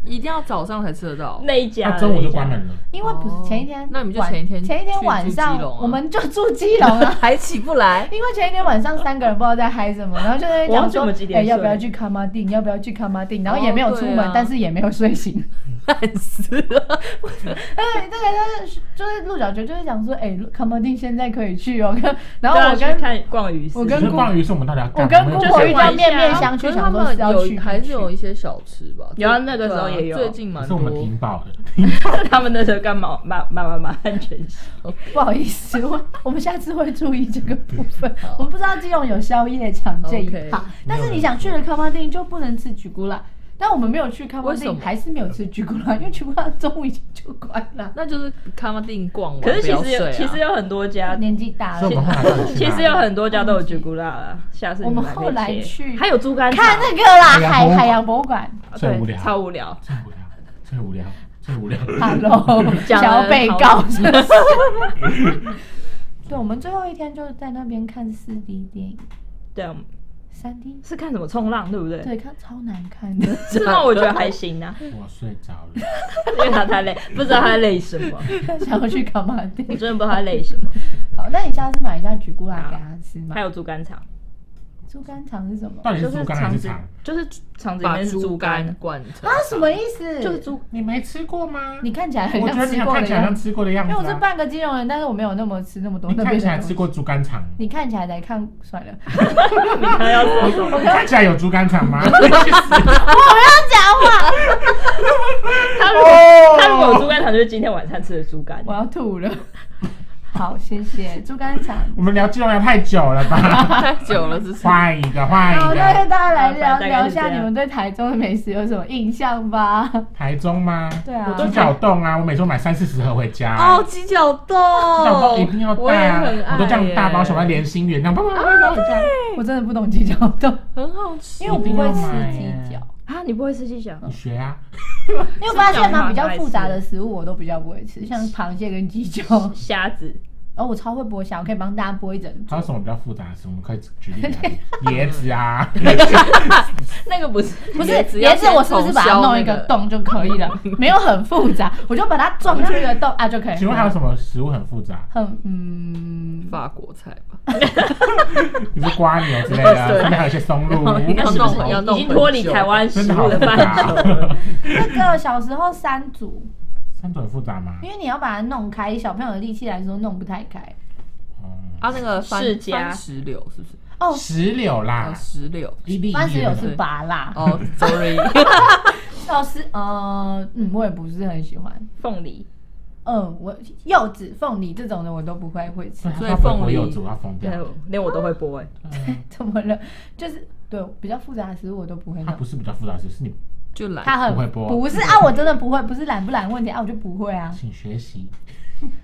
S4: 一定要早上才吃得到。
S3: 那一家
S2: 那中午就关。
S3: 那一家
S2: 门了。
S1: 因为不是
S4: 哦
S1: 前一天晚，
S4: 那你们就前一天
S1: 前一天
S4: 去
S1: 晚
S4: 住
S1: 上
S4: 基隆，啊
S1: 我们就住基隆了。
S4: 还起不
S3: [LAUGHS]
S4: 来，
S1: 因为前一天晚上三个人不知道在嗨什么，然后就在那边讲说
S3: 我忘记我们几，
S1: 哎、
S3: 点睡
S1: 要不要去卡马丁？要不要去卡马丁？然后也没有出门，
S4: 哦对啊
S1: 但是也没有睡醒。 [LAUGHS]
S4: 烂死了。
S1: 哎，这个就是就是陆小九就是讲说，哎、卡马丁现在可以去哦。然后
S3: 对啊
S1: 我跟
S3: 去看逛鱼市，
S1: 我
S2: 可
S1: 跟
S2: 是鲍鱼是我们到底要
S1: 我
S2: 干
S1: 跟姑
S2: 嘛？没有
S3: 就
S1: 婆
S3: 是玩
S1: 遇到
S3: 一下
S1: 面面
S3: 啊
S1: 相
S4: 可
S1: 觑，
S4: 是他
S1: 想说
S4: 们
S1: 是要去
S4: 有还是有一
S1: 一
S4: 些小吃吧？
S3: 有啊那个时候
S4: 对啊
S3: 也有
S4: 最近蛮
S2: 可是我
S4: 多。
S2: 们挺饱的，
S3: 他们那时候干嘛？买买买买安全鞋。
S1: 不好意思，我我们下次会注意这个部分。我们不知道基隆有宵夜场这一
S4: OK
S1: 趴但是你想去了卡马丁就不能吃菊古拉。但我们没有去卡马
S4: 为什
S1: 丁，
S4: 么
S1: 还是没有吃菊古拉，因为菊古拉中午已经就关了。
S4: 那就是卡马丁逛完，
S3: 可是其
S4: 不
S3: 实
S4: 要
S3: 有
S4: 睡啊
S3: 其实有很多家，
S1: 年纪大
S2: 所以我们
S1: 了，
S2: 后来到底去哪
S3: 其实有很多家都有朱古拉啦。下次你
S1: 我们
S3: 来
S1: 后来
S3: 可以
S1: 去
S3: 还有猪肝
S1: 看
S3: 肠
S1: 那个啦，
S2: 海洋博物
S1: 海
S2: 馆
S1: 海洋博物馆。
S2: 最
S3: 对
S2: 无聊，
S3: 超无聊。
S2: 最无聊，最无聊，最无
S1: [LAUGHS]
S2: 聊。
S1: 啊 Hello，
S3: 讲了
S1: 小被
S3: 好
S1: 告是不是 [LAUGHS] 对，我们最后一天就是在那边看四 D 电影，
S3: 对啊，
S1: 三 D
S3: 是看什么冲浪，对不对？
S1: 对，看超难看的。 [LAUGHS]
S3: [LAUGHS] 冲浪我觉得还行啊， [LAUGHS]
S2: 我睡着了，
S3: 因为他太累，不知道他累什么，
S1: 想要去干嘛
S3: 我
S1: 地？
S3: 真的不知道他累什么。
S1: 好，那你下次买一下菊古拉给他吃嘛
S3: 还。有猪肝肠，
S1: 猪肝肠是什么？
S2: 到底
S3: 就是
S2: 猪
S3: 是
S2: 肝还
S3: 肠
S2: 是
S3: 子
S2: 肠？，
S3: 就是肠子里
S4: 把
S3: 面是
S4: 猪
S3: 猪
S4: 肝
S3: 肝，
S4: 灌成
S1: 啊，什么意思？
S3: 就是，猪。
S2: 你没吃过吗？
S1: 你看起来很
S2: 我觉
S1: 像
S2: 得你
S1: 吃
S2: 有
S1: 过
S2: 看
S1: 的
S2: 起来
S1: 样
S2: 像
S1: 子，
S2: 吃过的样
S1: 因
S2: 子、
S1: 为
S2: 啊。
S1: 我是半个金融人，但是我没有那么吃那么多
S2: 你
S1: 那边
S2: 看起
S1: 的
S2: 来
S1: 东
S2: 吃
S1: 西。
S2: 过猪肝肠？
S1: 你看起来才看，算了，
S3: 你看要说什么？
S2: 你看起来有猪肝肠吗？
S3: 他如果他如果有
S2: [LAUGHS] 哦，
S3: 猪肝肠，就是今天晚餐吃的猪肝
S1: 我。要吐了。 [LAUGHS] 好，谢谢猪肝肠。
S2: 我们聊基隆聊太久了吧？
S4: 太久了，
S3: [LAUGHS]
S4: 是不是？
S2: 换一个，换
S1: 好，
S2: 一
S1: 那就
S2: 个。
S1: 大家来聊
S3: 大概
S1: 聊
S3: 是
S1: 一下
S3: 这样
S1: 你们对台中的美食有什么印象
S2: [LAUGHS]
S1: 吧？
S2: 台中吗？
S1: 对啊，
S3: 我
S2: 猪
S3: 都
S2: 脚冻啊，我每周买三四十盒回家。
S4: 哦，鸡脚冻，
S2: 猪脚冻一定要
S4: 我
S2: 大
S4: 也
S2: 啊，
S4: 很爱，
S2: 我都这样大包小包，连心圆这样，啪啪啪啪啪回家。
S1: 我真的不懂鸡脚冻，
S4: [LAUGHS] 很好吃，
S1: 因为我不会吃鸡脚。
S3: 啊，你不会吃鸡脚？
S2: 你学啊，
S1: 因为发现嘛，比较复杂的食物我都比较不会吃，像螃蟹跟鸡脚。
S3: 虾子，
S1: 哦，我超会剥虾，我可以帮大家剥一整
S2: 还有什么比较复杂的事？我们可以举例来比，椰子啊，
S3: 那个不是
S1: 不是
S4: 椰子要
S1: 椰子，我是不是
S4: 先
S1: 把它
S4: 从削
S1: 弄
S4: 那
S1: 一个
S4: 个
S1: 洞就可以
S4: [LAUGHS]
S1: 了？没有很复杂，我就把它撞出一个洞啊就可以了。
S2: 请问还有什么食物很复杂？
S1: 很嗯，
S4: 法国菜吧，
S2: 比如说瓜牛之类的啊，
S4: 对
S2: 上面还有一些松露
S4: 然后，你
S3: 那
S4: 要
S3: 是不
S4: 弄要
S3: 是
S4: 弄
S3: 已经脱离
S4: 很久
S3: 台湾食
S2: 真的
S3: 物
S2: 好
S3: 的
S2: 复
S3: 范畴？
S2: 杂。
S1: 那个小时候三组，
S2: 三种很复杂吗？
S1: 因为你要把它弄开，以小朋友的力气来说弄不太开。
S2: 嗯，
S4: 啊，那个番
S3: 世家
S4: 番石榴是不是？
S1: 哦，
S2: 石榴啦
S4: 啊，，石榴。
S2: 一粒一粒的
S1: 番石榴是拔辣，
S3: [LAUGHS]
S4: 哦，sorry，
S1: 哦是呃嗯，我也不是很喜欢。
S3: 凤梨，
S1: 嗯，我柚子、凤梨这种的我都不会会吃
S2: 对，，
S4: 所
S2: 所
S4: 以
S2: 以
S4: 凤
S2: 凤
S4: 梨
S2: 梨柚子我要疯掉
S3: 对。，连我都会剥哎。
S2: 嗯
S1: [LAUGHS] 怎么了？就是对比较复杂的食物我都不会
S2: 它
S1: 弄
S2: 不。是比较复杂，只是你
S4: 就
S1: 他
S4: 来
S1: 很
S2: 不会剥
S1: 不是啊，我真的不会，不是懒不懒问题啊，我就不会啊。
S2: 请学习。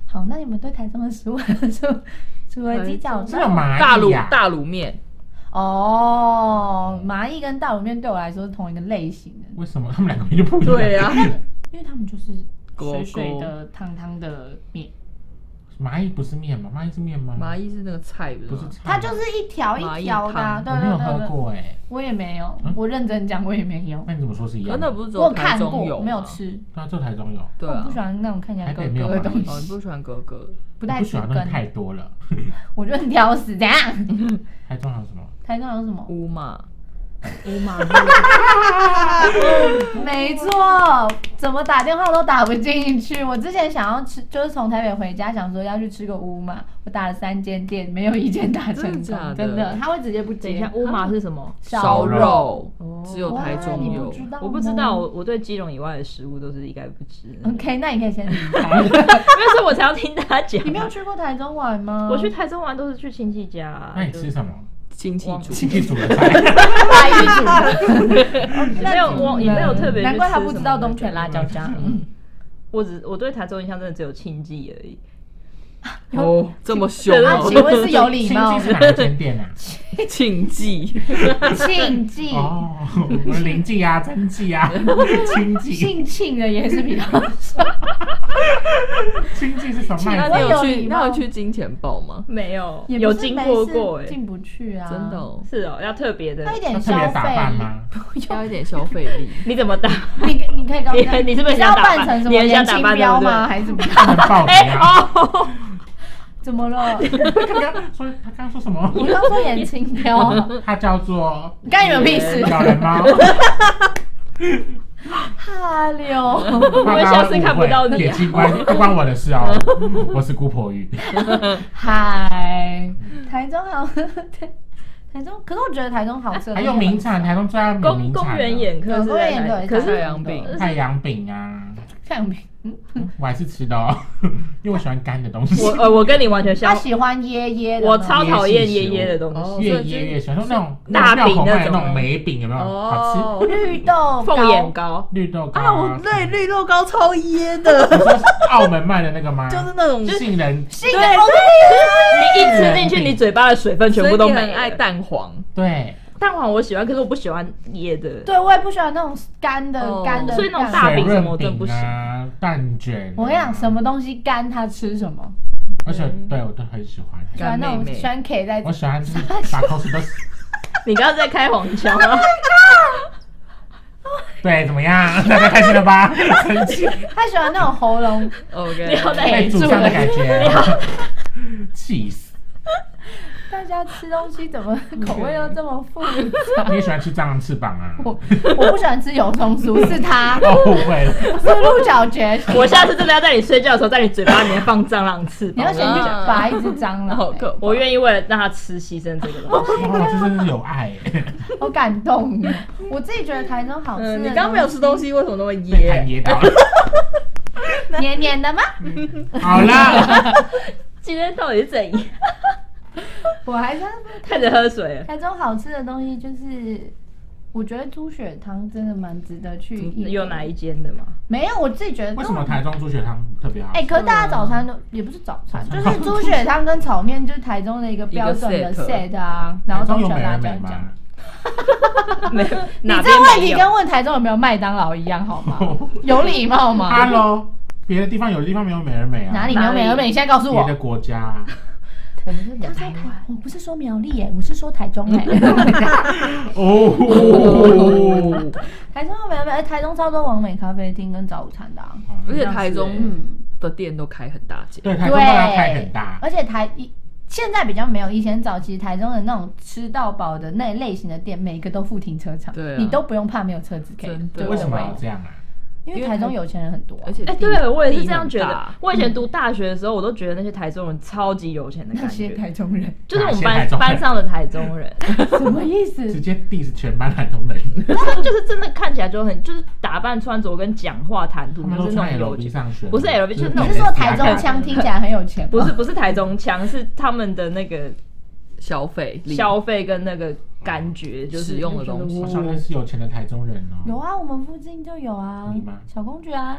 S1: 好，那你们对台中的食物 [LAUGHS] 除除了鸡脚
S2: 这有
S1: 冻，
S2: 蚂
S4: 大
S2: 蚁
S4: 卤
S2: 呀、啊，
S4: 大卤面，
S1: 哦，麻蚁跟大卤面对我来说是同一个类型的，
S2: 为什么他们两个名就不一样？
S4: 对
S3: 啊
S4: [LAUGHS] 呀，
S1: 因为他们就是
S4: 锅
S1: 水水
S4: 锅
S1: 的、汤汤的面，
S2: 蚂蚁不是面吗？蚂蚁是面吗？
S4: 蚂蚁是那个菜
S2: 不
S4: 不是
S2: 是
S4: 吗？
S2: 菜吗
S1: 它就是一条一条的啊，
S4: 蚂蚁
S1: 对
S2: 我没有
S1: 对
S2: 喝
S1: 对对，
S2: 过哎、欸，
S1: 我也没有
S2: 嗯，
S1: 我认真讲我也没有，
S2: 那你怎么说是一
S4: 可
S2: 样
S4: 是
S2: 的？
S4: 那不是只
S1: 我有
S4: 台
S1: 看
S4: 中
S1: 过，
S4: 有
S1: 没有
S4: 吗？
S1: 吃。
S2: 对啊，这台中有。
S4: 对
S1: 我
S4: 啊
S1: 不，喜欢那种看起来
S2: 台
S1: 格
S2: 北没有
S1: 格的
S2: 蚂蚁
S1: 东
S4: 哦，你不
S1: 西，
S4: 喜欢哥哥，
S1: 不
S2: 我
S1: 太
S2: 不
S1: 吃
S2: 喜欢的东西太
S1: 根，
S2: 多了。
S1: 我就很挑食。怎
S2: [LAUGHS]
S1: 样？
S2: 台中还有什么？
S4: 啊
S1: 台中有什么？
S4: 乌嘛，
S3: 乌马
S1: 没错，怎么打电话都打不进去。我之前想要吃，就是从台北回家，想说要去吃个乌马，我打了三间店，没有一间打成功，
S4: 真的假的
S1: 真的，他会直接不
S3: 等
S1: 接。
S3: [LAUGHS] 一下，乌马是什么？
S1: 烧
S4: 烧肉
S3: 哦，
S4: 只有台
S1: 哇
S4: 中
S1: 你不
S4: 有
S1: 知道吗
S3: 我不知道，我我对基隆以外的食物都是一概不 [LAUGHS] 知，因
S1: OK，那你可以先离开。
S3: 为是我常听他讲啊
S1: 你。没有去过台中玩吗？
S3: 我去台中玩都是去亲戚家啊，
S2: 那你
S3: 就
S2: 吃什么？
S4: 亲戚
S3: 忘
S4: 煮
S2: 亲。戚煮的菜，
S1: 台中，
S3: 也没有我也没有特别去吃什么那个，
S1: 嗯难怪他不知道东泉辣椒酱。嗯
S3: 我只我对台中印象真的只有庆记而已。
S4: 哦，这么凶
S1: [LAUGHS]
S3: 对
S1: 啊
S4: 哦，
S1: 请问是有 [LAUGHS] 礼
S2: 亲
S1: 貌
S2: 戚是哪一间
S1: [LAUGHS]
S2: 店啊？
S4: [LAUGHS] 庆忌，
S1: 庆记。
S2: 哦，我们邻记啊，曾
S1: [LAUGHS]
S2: 记啊，亲戚，
S1: 姓庆的也是比较少，
S2: 亲戚是什么
S4: 那
S2: 卖
S4: 啊你
S2: 的？
S4: 有
S1: 我有礼
S4: 去？
S1: 貌
S4: 那有去金钱豹吗？
S3: 没有，
S1: 也
S3: 有
S1: 不是
S3: 经
S1: 没
S3: 过
S1: 事
S3: 过哎、
S1: 进不去啊，
S4: 真的
S3: [LAUGHS]
S4: 哦，
S3: 是哦，要特别的
S1: 他。有
S2: 要
S1: 点
S2: 特
S1: 消
S2: 别打扮
S1: 费
S2: 吗？
S4: 要一点消费力。
S3: 你怎么打？
S1: 你可你可以告诉他，
S3: 你你是不是
S1: 要
S3: 想打扮
S1: 扮成什么
S3: 你很
S1: 年
S3: 想打
S1: 轻
S3: 扮对
S1: 标
S3: 不对
S1: 吗？还是不
S2: 不
S3: [LAUGHS]
S2: 能报警啊！
S3: 哦，
S1: 怎么了？
S2: 他刚刚说，他刚刚说什么？
S1: 我刚说眼睛飘，
S2: 他叫做
S1: 干你们屁
S2: [LAUGHS]
S1: 事！
S2: 小人
S3: [LAUGHS]
S2: 猫，
S1: 哈溜，
S2: [LAUGHS] 怕大家
S3: 下次看不到你啊
S2: 误会眼睛关不关我的
S3: [LAUGHS]
S2: 事哦，我是姑婆鱼。
S1: 嗨，台中好， [LAUGHS] 对，台中，可是我觉得台中好吃，
S2: 还有名产，台中最爱有
S3: 公
S2: 名产
S3: 公
S2: 啊
S3: 园眼科
S1: 很
S3: 是
S1: 多
S3: 在
S1: 人
S3: 哪
S1: 对，
S3: 里？可
S4: 太
S3: 是
S4: 阳饼
S1: 嗯
S2: 太阳饼啊，
S1: 太阳饼，嗯，
S2: 嗯我还是吃的哦， [LAUGHS] 因为我喜欢干的东西
S3: 我。呃，我跟你完全
S1: 他
S3: 相反，
S1: 喜欢椰椰的，
S3: 我超讨厌爷
S2: 椰系食物
S3: 爷的东西。
S4: 哦
S2: 越噎越喜欢，说那种
S3: 大饼
S2: 那
S3: 那种哦
S2: 种庙口卖的那种梅饼有没有？好吃。
S1: 绿豆
S3: 凤眼
S1: 糕，
S3: 糕，
S2: 绿豆糕
S4: 啊，我对绿豆糕超噎的，
S2: [LAUGHS] 你说是澳门卖的那
S3: [LAUGHS]
S2: 个吗？
S4: 就是那种
S2: 杏仁，
S1: 杏仁哦
S3: 你一吃进去，你嘴巴的水分全部都
S4: 所以你
S3: 没
S4: 很爱
S3: 了。
S4: 蛋黄，
S2: 对，
S3: 蛋黄我喜欢，可是我不喜欢噎的。
S1: 对我也不喜欢那种干的
S4: 哦
S1: 干的，
S3: 所以那
S1: 干
S3: 种
S1: 的
S3: 大
S2: 水
S3: 饼什么
S2: 润
S3: 我真的不
S2: 饼
S3: 行
S2: 啊，蛋卷啊。
S1: 我跟你讲，什么东西干他吃什么，
S2: 而且对我都很喜欢，
S1: 喜欢那
S4: 干
S1: 种
S4: 妹妹
S1: 喜欢 K 在
S2: 我喜欢就是把口水都死。
S1: [LAUGHS]
S3: 你刚刚在开黄腔啊吗？
S2: 对，怎么样？大家开心了吧？生气
S1: 他喜欢那种喉咙
S4: OK，
S3: 你好歹
S2: 被煮上的感觉，
S1: [LAUGHS]
S2: 气死！
S1: 大家吃东西怎么口味又这么复杂？
S2: 你也喜欢吃蟑螂翅膀啊？
S1: 我我不喜欢吃油葱酥，是他
S2: 哦，误
S1: [LAUGHS]
S2: 会了，
S1: 是鹿角蕨。
S3: 我下次真的要在你睡觉的时候，在你嘴巴里面放蟑螂翅
S1: [LAUGHS] 你
S3: 膀。
S1: 要先去拔一只蟑螂、
S4: 好
S1: 欸
S4: 可怕，
S3: 我愿意为了让他吃牺牲这个
S1: [LAUGHS] 啊
S3: 东西。
S2: 哇，哦这真是有爱欸，
S1: 好感动哦。我自己觉得台中好吃的、
S4: 嗯，你刚刚没有吃东，西，为什么那么
S2: 被
S1: [LAUGHS]
S2: 痰
S4: 噎？
S2: 噎到了。
S1: 黏黏的吗？
S2: 好了，
S1: 鸡
S3: 今天到底是怎样？
S1: 我还是要
S3: 开始喝水了。
S1: 台中好吃的东西就是，我觉得猪血汤真的蛮值得去一
S3: 你
S1: 点。
S3: 嗯有哪一间的吗？
S1: 没有，我自己觉得
S2: 为什么台中猪血汤特别好？
S1: 哎、可是大家早餐都、也不是早餐，
S2: 早
S1: 就
S2: 餐
S1: 是猪血汤跟炒面，就是台中的一个标准的
S4: 一个 set
S1: set 啊。然后
S2: 台中
S1: 都
S2: 有
S1: 全
S2: 美
S1: 辣
S2: 人
S1: 椒
S2: 美
S1: 酱
S2: 吗。？
S3: 没有，
S1: 你
S3: 哪
S1: 这
S3: 边
S1: 个问
S3: 没
S1: 题
S3: 有
S1: 跟问台中有没有麦当劳一样好
S2: [LAUGHS]
S1: 吗？有礼貌吗？
S2: Hello，别的地方有的地方没有美人美啊？
S1: 哪里没有美而美？你现在告诉
S2: 别
S1: 我
S2: 的，国家
S1: [LAUGHS]
S2: 啊、
S1: 我们是讲台湾，我不是说苗栗耶，我是说台中哎。 [LAUGHS]
S2: 哦，
S1: 台中有没有美？哎台中超多完美咖啡厅跟早餐的啊。
S4: 而且台中
S1: 嗯。
S4: 的店都开很大间，
S2: 对台
S1: 对，
S2: 中大家开很大，
S1: 而且台一现在比较没有，以前早期台中的那种吃到饱的那类型的店，每个都附停车场，
S4: 对啊
S1: 你都不用怕没有车子可以
S4: 真的
S1: 对
S2: 为什么
S1: 对
S2: 要这样啊？
S1: 因为
S4: 因为
S1: 台中
S4: 台
S1: 有钱人很多啊、
S4: 而且
S3: 哎、
S4: 地
S3: 对我也是这样
S4: 地
S3: 觉
S4: 很
S3: 得
S4: 大。
S3: 我以前读大学的时候，我都觉得那些台中人超级有钱的
S1: 那
S3: 感
S1: 些
S3: 觉，
S1: 台中人
S3: 就是我们
S2: 哪些台
S3: 班
S2: 中人
S3: 班上的台中人，
S1: [LAUGHS] 什么意思？
S2: 直接 diss 全班台中人，
S3: 他们就是真的看起来就很，就是打扮穿着跟讲话谈吐
S2: 他们
S3: 就
S2: 都
S3: 是那
S2: 穿
S3: 种
S2: L
S3: 有
S2: B [LAUGHS]
S3: 钱。
S2: 上学，
S3: 不是 LV 就是那
S1: 你
S3: 种
S1: 是说台中
S2: [LAUGHS]
S1: 腔听起来很有钱吗？
S3: 不是不是台中腔，是他们的那个
S4: 消费力
S3: 消费跟那个感觉，就是
S4: 使用的东西
S2: 我想认识有钱的台中人哦。
S1: 有啊，我们附近就有啊
S2: 你吗，
S1: 小公举啊，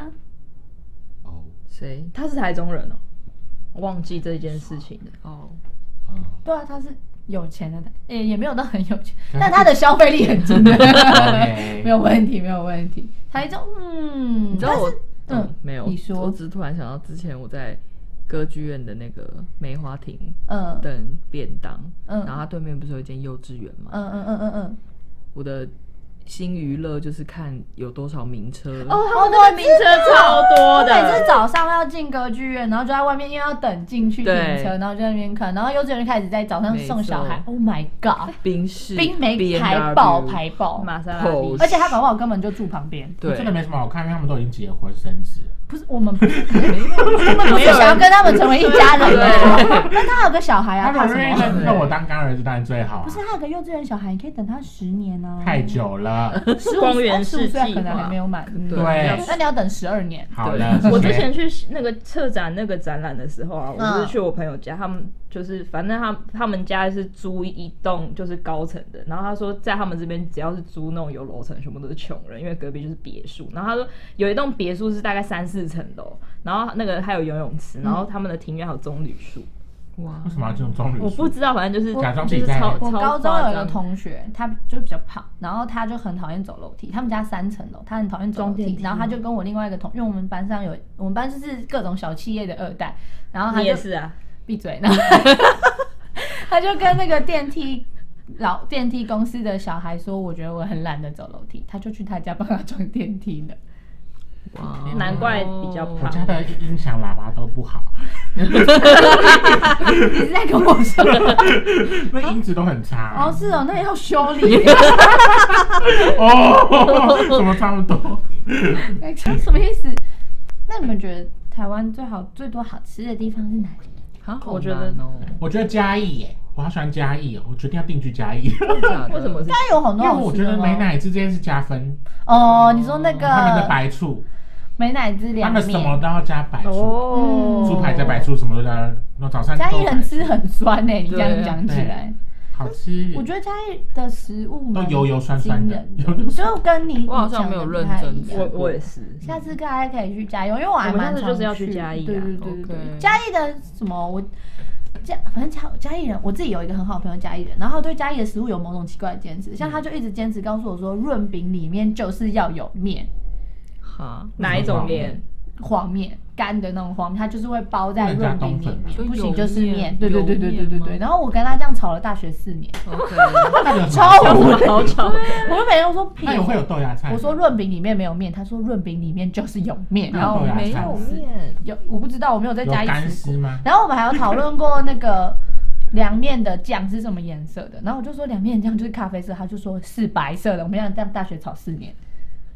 S2: 哦，
S4: 谁
S3: 他是台中人哦，忘记这件事情了。
S4: 哦，
S2: 哦
S1: 对啊，他是有钱的，也、也没有到很有钱，
S2: 可是哦
S1: 但他的消费力很真
S2: OK
S1: 没有问题，没有问题。台中，嗯，
S4: 你知道我
S1: 但是
S4: 嗯没有，
S1: 你说
S4: 我只是突然想到之前我在歌剧院的那个梅花亭
S1: 嗯嗯
S4: 等便当，
S1: 嗯
S4: 然后它对面不是有一间幼稚园吗？
S1: 嗯嗯嗯嗯。
S4: 我的新娱乐就是看有多少名车
S3: 哦，他们那个名车超多
S1: 我每次
S3: 的，
S1: 早上要进歌剧院，然后就在外面，因为要等进去停
S4: 对
S1: 车，然后就在那边看，然后幼稚园就开始在早上送小孩
S4: 没。
S1: Oh my god！
S4: 宾士、
S1: 冰梅
S4: B&W
S1: 排爆排爆，
S3: 玛莎拉蒂
S4: Pose
S1: 而且他搞不好根本就住旁边。
S4: 对，
S2: 哦真的没什么好看，因为他们都已经结婚生子了。
S1: 不是我们不是，根本不是想要跟他们成为一家人的。但他有个小孩啊，
S2: 他
S1: 怕
S2: 们
S1: 什
S2: 愿意
S1: 么？
S2: 认认我当干儿子当然最好啊，
S1: 不是他有个幼稚园小孩，你可以等他十年啊呢。
S2: 太，久了。
S1: 十五
S3: 光源
S1: 十五
S3: 世纪
S1: 岁啊可能还没有满，嗯
S2: 对
S1: 那你要等十二年。
S2: 好了，
S3: [LAUGHS] 我之
S2: 谢谢
S3: 前去那个策展那个展览的时候啊，
S1: 嗯
S3: 我不是去我朋友家，他们就是反正他他们家是租一栋就是高层的，然后他说在他们这边只要是租那种有楼层，全部都是穷人，因为隔壁就是别墅。然后他说有一栋别墅是大概三四层楼，然后那个还有游泳池，
S1: 嗯
S3: 然后他们的庭院还有棕榈树，
S4: 哇
S2: 为，什么要这种棕榈树？
S3: 我不知道，反正就是
S2: 假装自
S3: 就
S2: 己
S3: 是
S2: 在欸
S3: 超
S1: 我
S3: 超
S1: 高中
S3: 夸
S1: 有一个
S3: 张
S1: 同学，他就比较胖，然后他就很讨厌走楼梯。他们家三层楼，他很讨厌走楼
S3: 装电
S1: 梯。
S3: 梯
S1: 然后他就跟我另外一个同，因为我们班上有我们班就是各种小企业的二代，然后他
S3: 你也
S1: 就是
S3: 啊，
S1: 闭嘴， [LAUGHS] 然后他就跟那个电梯老电梯公司的小孩说，我觉得我很懒得走楼梯，他就去他家帮他装电梯 [LAUGHS] 了。
S4: 哇哦
S3: 难怪比较
S2: 哦我
S3: 胖
S2: 家的音响喇叭都不好，
S1: 你是在跟我说？
S2: 那音质都很差。
S1: 哦，是哦，那要修 [LAUGHS] 理。
S2: 哦，怎么差不多？
S1: 哎什么意思？那你们觉得台湾最好最多好吃的地方是哪里？
S4: 啊好
S3: 我觉得
S4: 难哦，
S2: 我觉得嘉义耶，我好喜欢嘉义哦，我决定要定居嘉
S1: [LAUGHS]
S2: 义，因
S4: 真的假的
S3: 为什么是
S1: 它有很多
S2: 为
S1: 好
S2: 我
S1: 吃
S2: 觉
S1: 的
S2: 得美
S1: 吗？
S2: 乃滋这件事加分，
S1: 哦，你说那
S2: 他们的
S1: 个
S2: 白醋，
S1: 美乃滋
S2: 他
S1: 凉
S2: 们什么
S1: 面，
S2: 都要加白醋，
S3: 哦，
S1: 嗯
S2: 猪排加白醋，什么都加，那早餐
S1: 嘉
S2: 都
S1: 义人吃
S2: 白醋
S1: 很酸欸呢、你这样
S4: 对
S1: 讲起来，
S2: 好吃，
S1: 我觉得嘉义的食物
S2: 都
S1: 蛮
S2: 油油酸酸的
S1: 惊人的，就跟你
S4: 我好像没有认真
S1: 你讲的不太一
S3: 我
S1: 样
S3: 我也是，
S1: 下次大家可以去嘉义，因为我还
S3: 我们
S1: 蛮
S3: 下次就是要
S1: 常
S3: 去嘉义啊
S1: 对对对对
S4: OK
S1: 对，嘉义的什么我。嘉反正嘉嘉义人，我自己有一个很好的朋友嘉义人，然后他对嘉义的食物有某种奇怪的坚持，
S2: 嗯
S1: 像他就一直坚持告诉我说，润饼里面就是要有面，
S4: 哈，
S3: 哪一种
S2: 嗯
S3: 面？
S1: 黄面干的那种黄面，它就是会包在润饼里面，
S4: 不能加冬粉吗
S1: 不行就是
S4: 就有面
S1: 对对对对对对
S4: 有面
S1: 对。
S4: 吗
S1: 然后我跟他这样吵了大学四年，
S4: OK，
S2: 那个
S1: 超无
S2: 无，
S3: 好巧，
S1: 我就每天都说
S2: 那有会有豆芽菜吗，
S1: 我说润饼里面没有面，他说润饼里面就是有面，
S2: 那
S1: 然后
S2: 豆芽
S4: 没
S2: 菜
S4: 有面，
S1: 有我不知道我没有在
S2: 嗯有
S1: 嘉义
S2: 干
S1: 吃过
S2: 丝。吗？
S1: 然后我们还有讨论过那个凉面的酱是什么颜色的，然后我就说凉面酱就是咖啡色，他就说是白色的。我们俩这样大学吵四年，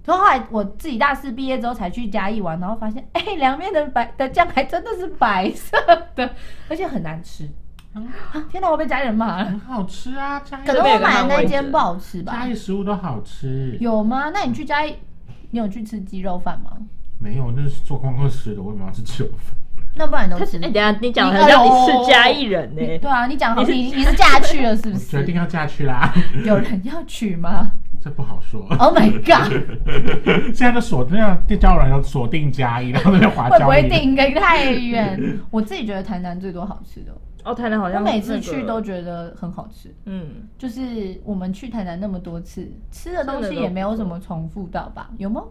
S1: 然后后来我自己大四毕业之后才去嘉义玩，然后发现哎，凉面的白的酱还真的是白色的，而且很难吃。
S2: 嗯
S1: 啊天哪，我被家人骂了。
S2: 很好吃啊，嘉义
S1: 可能我买的那间不好吃吧
S2: 嘉？义食物都好吃，
S1: 有吗？那你去嘉义，你有去吃鸡肉饭吗？
S2: 没有，那是做光光吃的，我为什么要吃鸡肉饭？
S1: 那不然你
S3: 他
S1: 都
S3: 是
S1: 吃
S3: 哎、？等一下你讲的
S1: 哎呦
S3: 像你是嘉义人欸呢、
S1: 对啊，你讲好，你你是嫁去了是不
S2: 我决定
S1: 是？
S2: 要嫁去啦， [LAUGHS]
S1: 有人要娶吗
S2: 这不好说。 [LAUGHS]
S1: ？Oh my god！
S2: 现在就锁那样地交软有锁定加一，然后那边划
S1: 会不
S2: 交
S1: 会
S2: 易。
S1: 定个太远？我自己觉得台南最多好吃的，
S3: 哦，台南好
S1: 我
S3: 像、
S1: 每次去都觉得很好吃。
S3: 嗯，
S1: 就是我们去台南那么多次，吃的东
S3: 吃的
S1: 西
S3: 都
S1: 也没有
S3: 不
S1: 什
S3: 错
S1: 么重复到吧？有吗？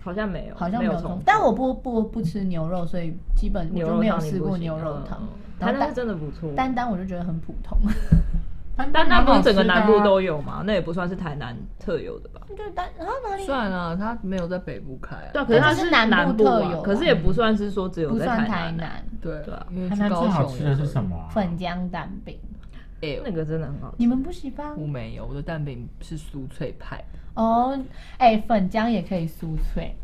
S3: 好像没有，
S1: 好像
S3: 没
S1: 没有重
S3: 重
S1: 复
S3: 复。
S1: 但我不不不吃牛肉，所以基本我
S3: 牛
S1: 就
S3: 肉
S1: 没有
S3: 汤你
S1: 吃
S3: 不
S1: 过
S3: 行
S1: 牛肉
S3: 嗯
S1: 汤。然
S3: 台
S1: 后
S3: 南
S1: 丹
S3: 是真的不错。
S1: 丹丹我就觉得很普
S3: [LAUGHS]
S1: 通，
S3: 丹丹不是整个南
S1: 啊 [LAUGHS]
S3: 部
S2: 有。
S3: 都有吗？那也不算是台南特有的吧？
S1: 就是丹啊哪里？
S4: 算了，他没有在北部开啊、
S3: 对啊，可是它
S1: 但就是南
S3: 南
S1: 部
S3: 啊
S1: 特有啊
S3: 可是也不算是说只有
S1: 不
S3: 在
S1: 算
S3: 台
S1: 台
S3: 南啊。
S1: 南
S4: 对
S3: 对啊
S4: 因为
S1: 台
S4: 去
S1: 南
S4: 高
S2: 最
S4: 雄
S2: 好吃的是什
S4: 么？
S2: 么、啊？
S1: 粉浆蛋饼，
S4: 哎、
S3: 那个真的很好吃。
S1: 你们不喜欢
S4: 我没有，我的蛋饼是酥脆派。
S1: 哦？哎、粉浆也可以酥脆。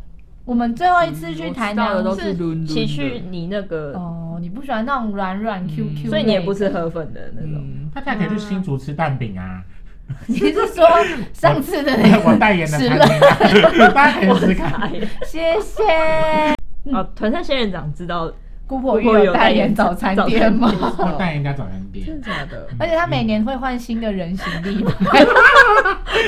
S1: 我们最后一次去台南
S4: 嗯我知道的都
S1: 是
S4: 是伦敦的
S3: 崎去你那个，
S1: 哦，你不喜欢那种软软 Q Q，、
S3: 所以你也不吃，河粉的那种。
S4: 嗯，
S2: 大家可以去新竹吃蛋饼啊，
S1: 你是说上次的那
S2: 我 [LAUGHS]
S1: 个？
S2: 代言的餐厅、啊， [LAUGHS] 大家
S1: 嗯
S2: 可以试
S3: [LAUGHS]
S2: 试看。
S1: 谢谢。
S3: 啊，团扇仙人掌
S1: [LAUGHS]
S3: 知道，
S1: 姑婆鱼有代言早餐店吗？
S2: 我代言人家早餐
S4: 真
S2: 店，
S4: 的假的？
S1: 而且他每年会换新的人形立牌，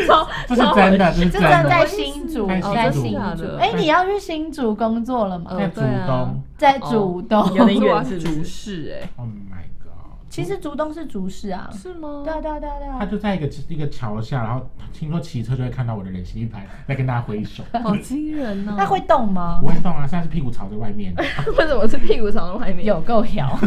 S3: 超
S2: 这是真的，这是
S1: 就真
S2: 真
S1: 的在
S2: 的。
S1: 新竹，
S2: 嗯在
S1: 在
S2: 新
S1: 新
S2: 竹
S1: 竹
S4: 哦。
S1: 哎，你要去新竹工作了吗？
S4: 嗯
S2: 在竹
S4: 对啊
S2: 东
S1: 在竹
S3: 有
S1: 东
S3: 的。
S4: 哦可是我要去
S3: 是不是
S4: 竹市哎、
S2: ，Oh my god！
S1: 其实竹东是竹市啊。
S4: 是吗？
S1: 对啊，对啊，对啊，对
S2: 他
S1: 啊。
S2: 就在一个一个桥下，然后听说骑车就会看到我的人形一排，在跟大家挥手。
S4: 好惊人哦！
S1: 那会动吗
S2: 不？会动啊，现在是屁股朝着外面。
S3: [LAUGHS] 为什么是屁股朝
S1: [LAUGHS]
S3: 外面？
S1: 有够摇，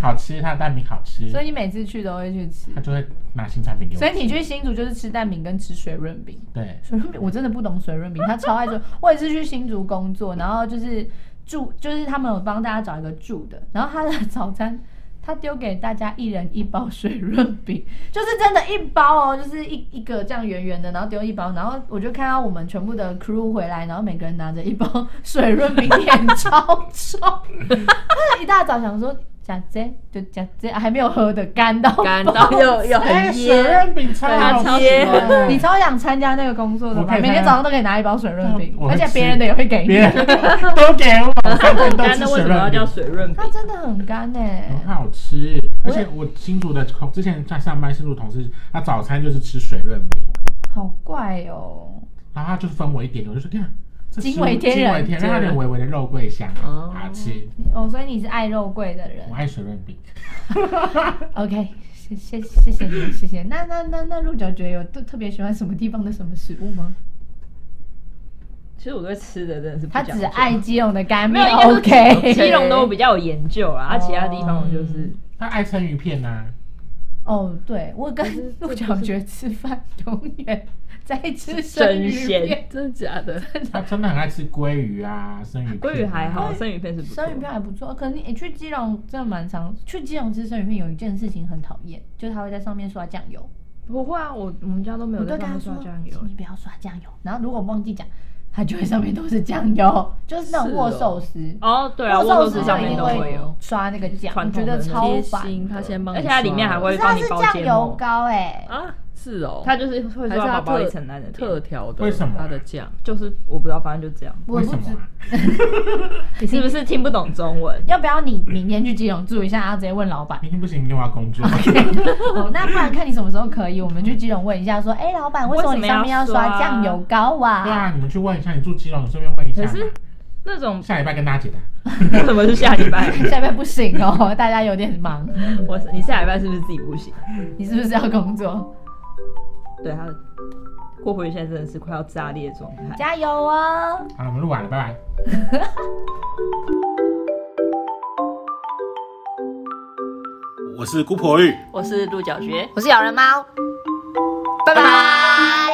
S2: 好吃，它的蛋饼好吃，
S1: 所以你每次去都会去吃。
S2: 他就会拿新产品给我
S1: 所
S2: 吃。
S1: 以你去新竹就是吃蛋饼跟吃水润饼。
S2: 对，
S1: 水润饼我 [LAUGHS] 真的不懂水润饼，他超爱做。我也是去新竹工作，然后就是住，就是他们有帮大家找一个住的，然后他的早餐。他丢给大家一人一包水润饼，就是真的，一包哦，就是一一个这样圆圆的，然后丢一包，然后我就看到我们全部的 crew 回来，然后每个人拿着一包水润饼，脸超臭。一大早想说假这就假这，还没有喝的干到
S4: 感到又又
S2: 哎，
S4: 很
S2: 水
S4: 噎，
S2: 润饼超好吃哦
S4: 超级
S1: [LAUGHS]
S2: 的，
S1: 你超想参加那个工作的
S2: 我
S1: 吧？
S2: 可以参加
S1: 每天早上都可以拿一包水润饼，
S2: 我会
S1: 而且
S2: 吃
S1: 别人的也会 [LAUGHS] 给
S2: 别
S1: 你。
S2: 人都给我，我都
S3: 但
S2: 吃
S3: 那为
S2: 水
S3: 什么要
S2: 润
S3: 叫
S2: 饼，
S3: 水润饼
S1: 它？真的很干哎、
S2: 很好吃。
S1: 我
S2: 而
S1: 也
S2: 且我新竹的同之前在上班，新竹同事他早餐就是吃水润饼，
S1: 好怪哦、
S2: 然后他就分我一点，我就说看。这
S1: 惊为天人
S2: 惊为天人，它有点微微的肉桂香，
S4: 哦
S2: 好吃。
S1: 哦，所以你是爱肉桂的人
S2: 我。爱水润饼，
S1: OK，谢谢谢谢你，谢谢。那那那那鹿角蕨有特特别喜欢什么地方的什么食物吗？
S3: 其实我对吃的真的是不
S1: 他
S3: 讲究
S1: 只爱基隆的干
S3: 没
S1: 面
S3: 有应该说
S1: ，OK。
S3: 基隆都比较有研究啦，啊，其他地方我就是
S2: 他爱生鱼片呐、
S1: 哦，对我跟鹿角蕨吃饭，永远在吃生
S3: 生
S1: 鱼
S3: 鲜
S1: 片。。
S4: 真的假的？
S2: 他真的很爱吃鲑鱼啊，生鱼片、
S3: 鲑鱼还
S1: 鲑
S3: 好，
S1: 鱼
S3: 哎生鱼片是不错
S1: 生。鱼片还不错，可是你、欸去基隆真的蛮常去基隆吃生鱼片，有一件事情很讨厌，就是他会在上面刷酱油。
S3: 不会啊，我我们家都没
S1: 我
S3: 有
S1: 都
S3: 在
S1: 跟他
S3: 上面
S1: 说
S3: 刷酱油
S1: 请。你不要刷酱油。然后如果忘记讲，他就会上面都是酱油，就是那种
S4: 是
S1: 握
S4: 哦
S1: 手时，
S3: 哦，对啊，
S1: 握
S3: 握
S1: 手
S3: 寿司
S1: 时
S3: 上
S1: 就一
S3: 面
S1: 定
S3: 都会
S1: 会
S3: 有，
S1: 刷那个酱，
S3: 传
S1: 我觉
S3: 统
S1: 得
S3: 的
S1: 超
S4: 贴
S1: 烦
S4: 心，
S1: 的。
S4: 他先帮你
S3: 而且
S4: 刷了，
S3: 它里面还
S1: 可
S3: 会
S1: 是它
S3: 帮你
S1: 是
S3: 包
S1: 酱
S3: 芥
S1: 油
S3: 末。
S1: 膏哎、
S3: 啊，
S4: 是哦，
S3: 它就是会
S4: 还
S3: 说
S4: 是它
S3: 要包
S4: 特
S3: 一层在那边
S4: 特调的，
S2: 为什么啊
S4: 它的酱？
S3: 就是我不知道，反正就这样。
S1: 我
S2: 为
S1: 不 [LAUGHS]
S2: 什
S1: 知
S2: 么、啊？
S3: 你是不是听不懂中文？
S1: 要不要你明天去基隆住一下，然后直接问老
S2: [LAUGHS]
S1: 板。
S2: 明天不行，明天我要工作。
S1: 哦，那不然看你什么时候可以，我们去基隆问一下，说，哎、老板，为什么你上面要刷酱油膏啊？
S2: 对啊，你们去问一下，你住基隆，你顺便问一下
S3: 可
S2: 嘛。
S3: 是那种 [LAUGHS]
S2: 下礼拜跟大家解答。
S3: 什么是下礼拜？ [LAUGHS]
S1: [LAUGHS] 下礼拜不行哦， [LAUGHS] 大家有点忙，
S3: 我你下礼拜是不是自己不行？
S1: 你是不是要工作？
S3: 对他，郭回现在真的是快要炸裂的状态。
S1: 加油哦！
S2: 好了，我们录完了，拜拜。
S5: 我是姑婆玉。
S6: 我是鹿角蕨。
S1: 我是咬人猫，拜拜。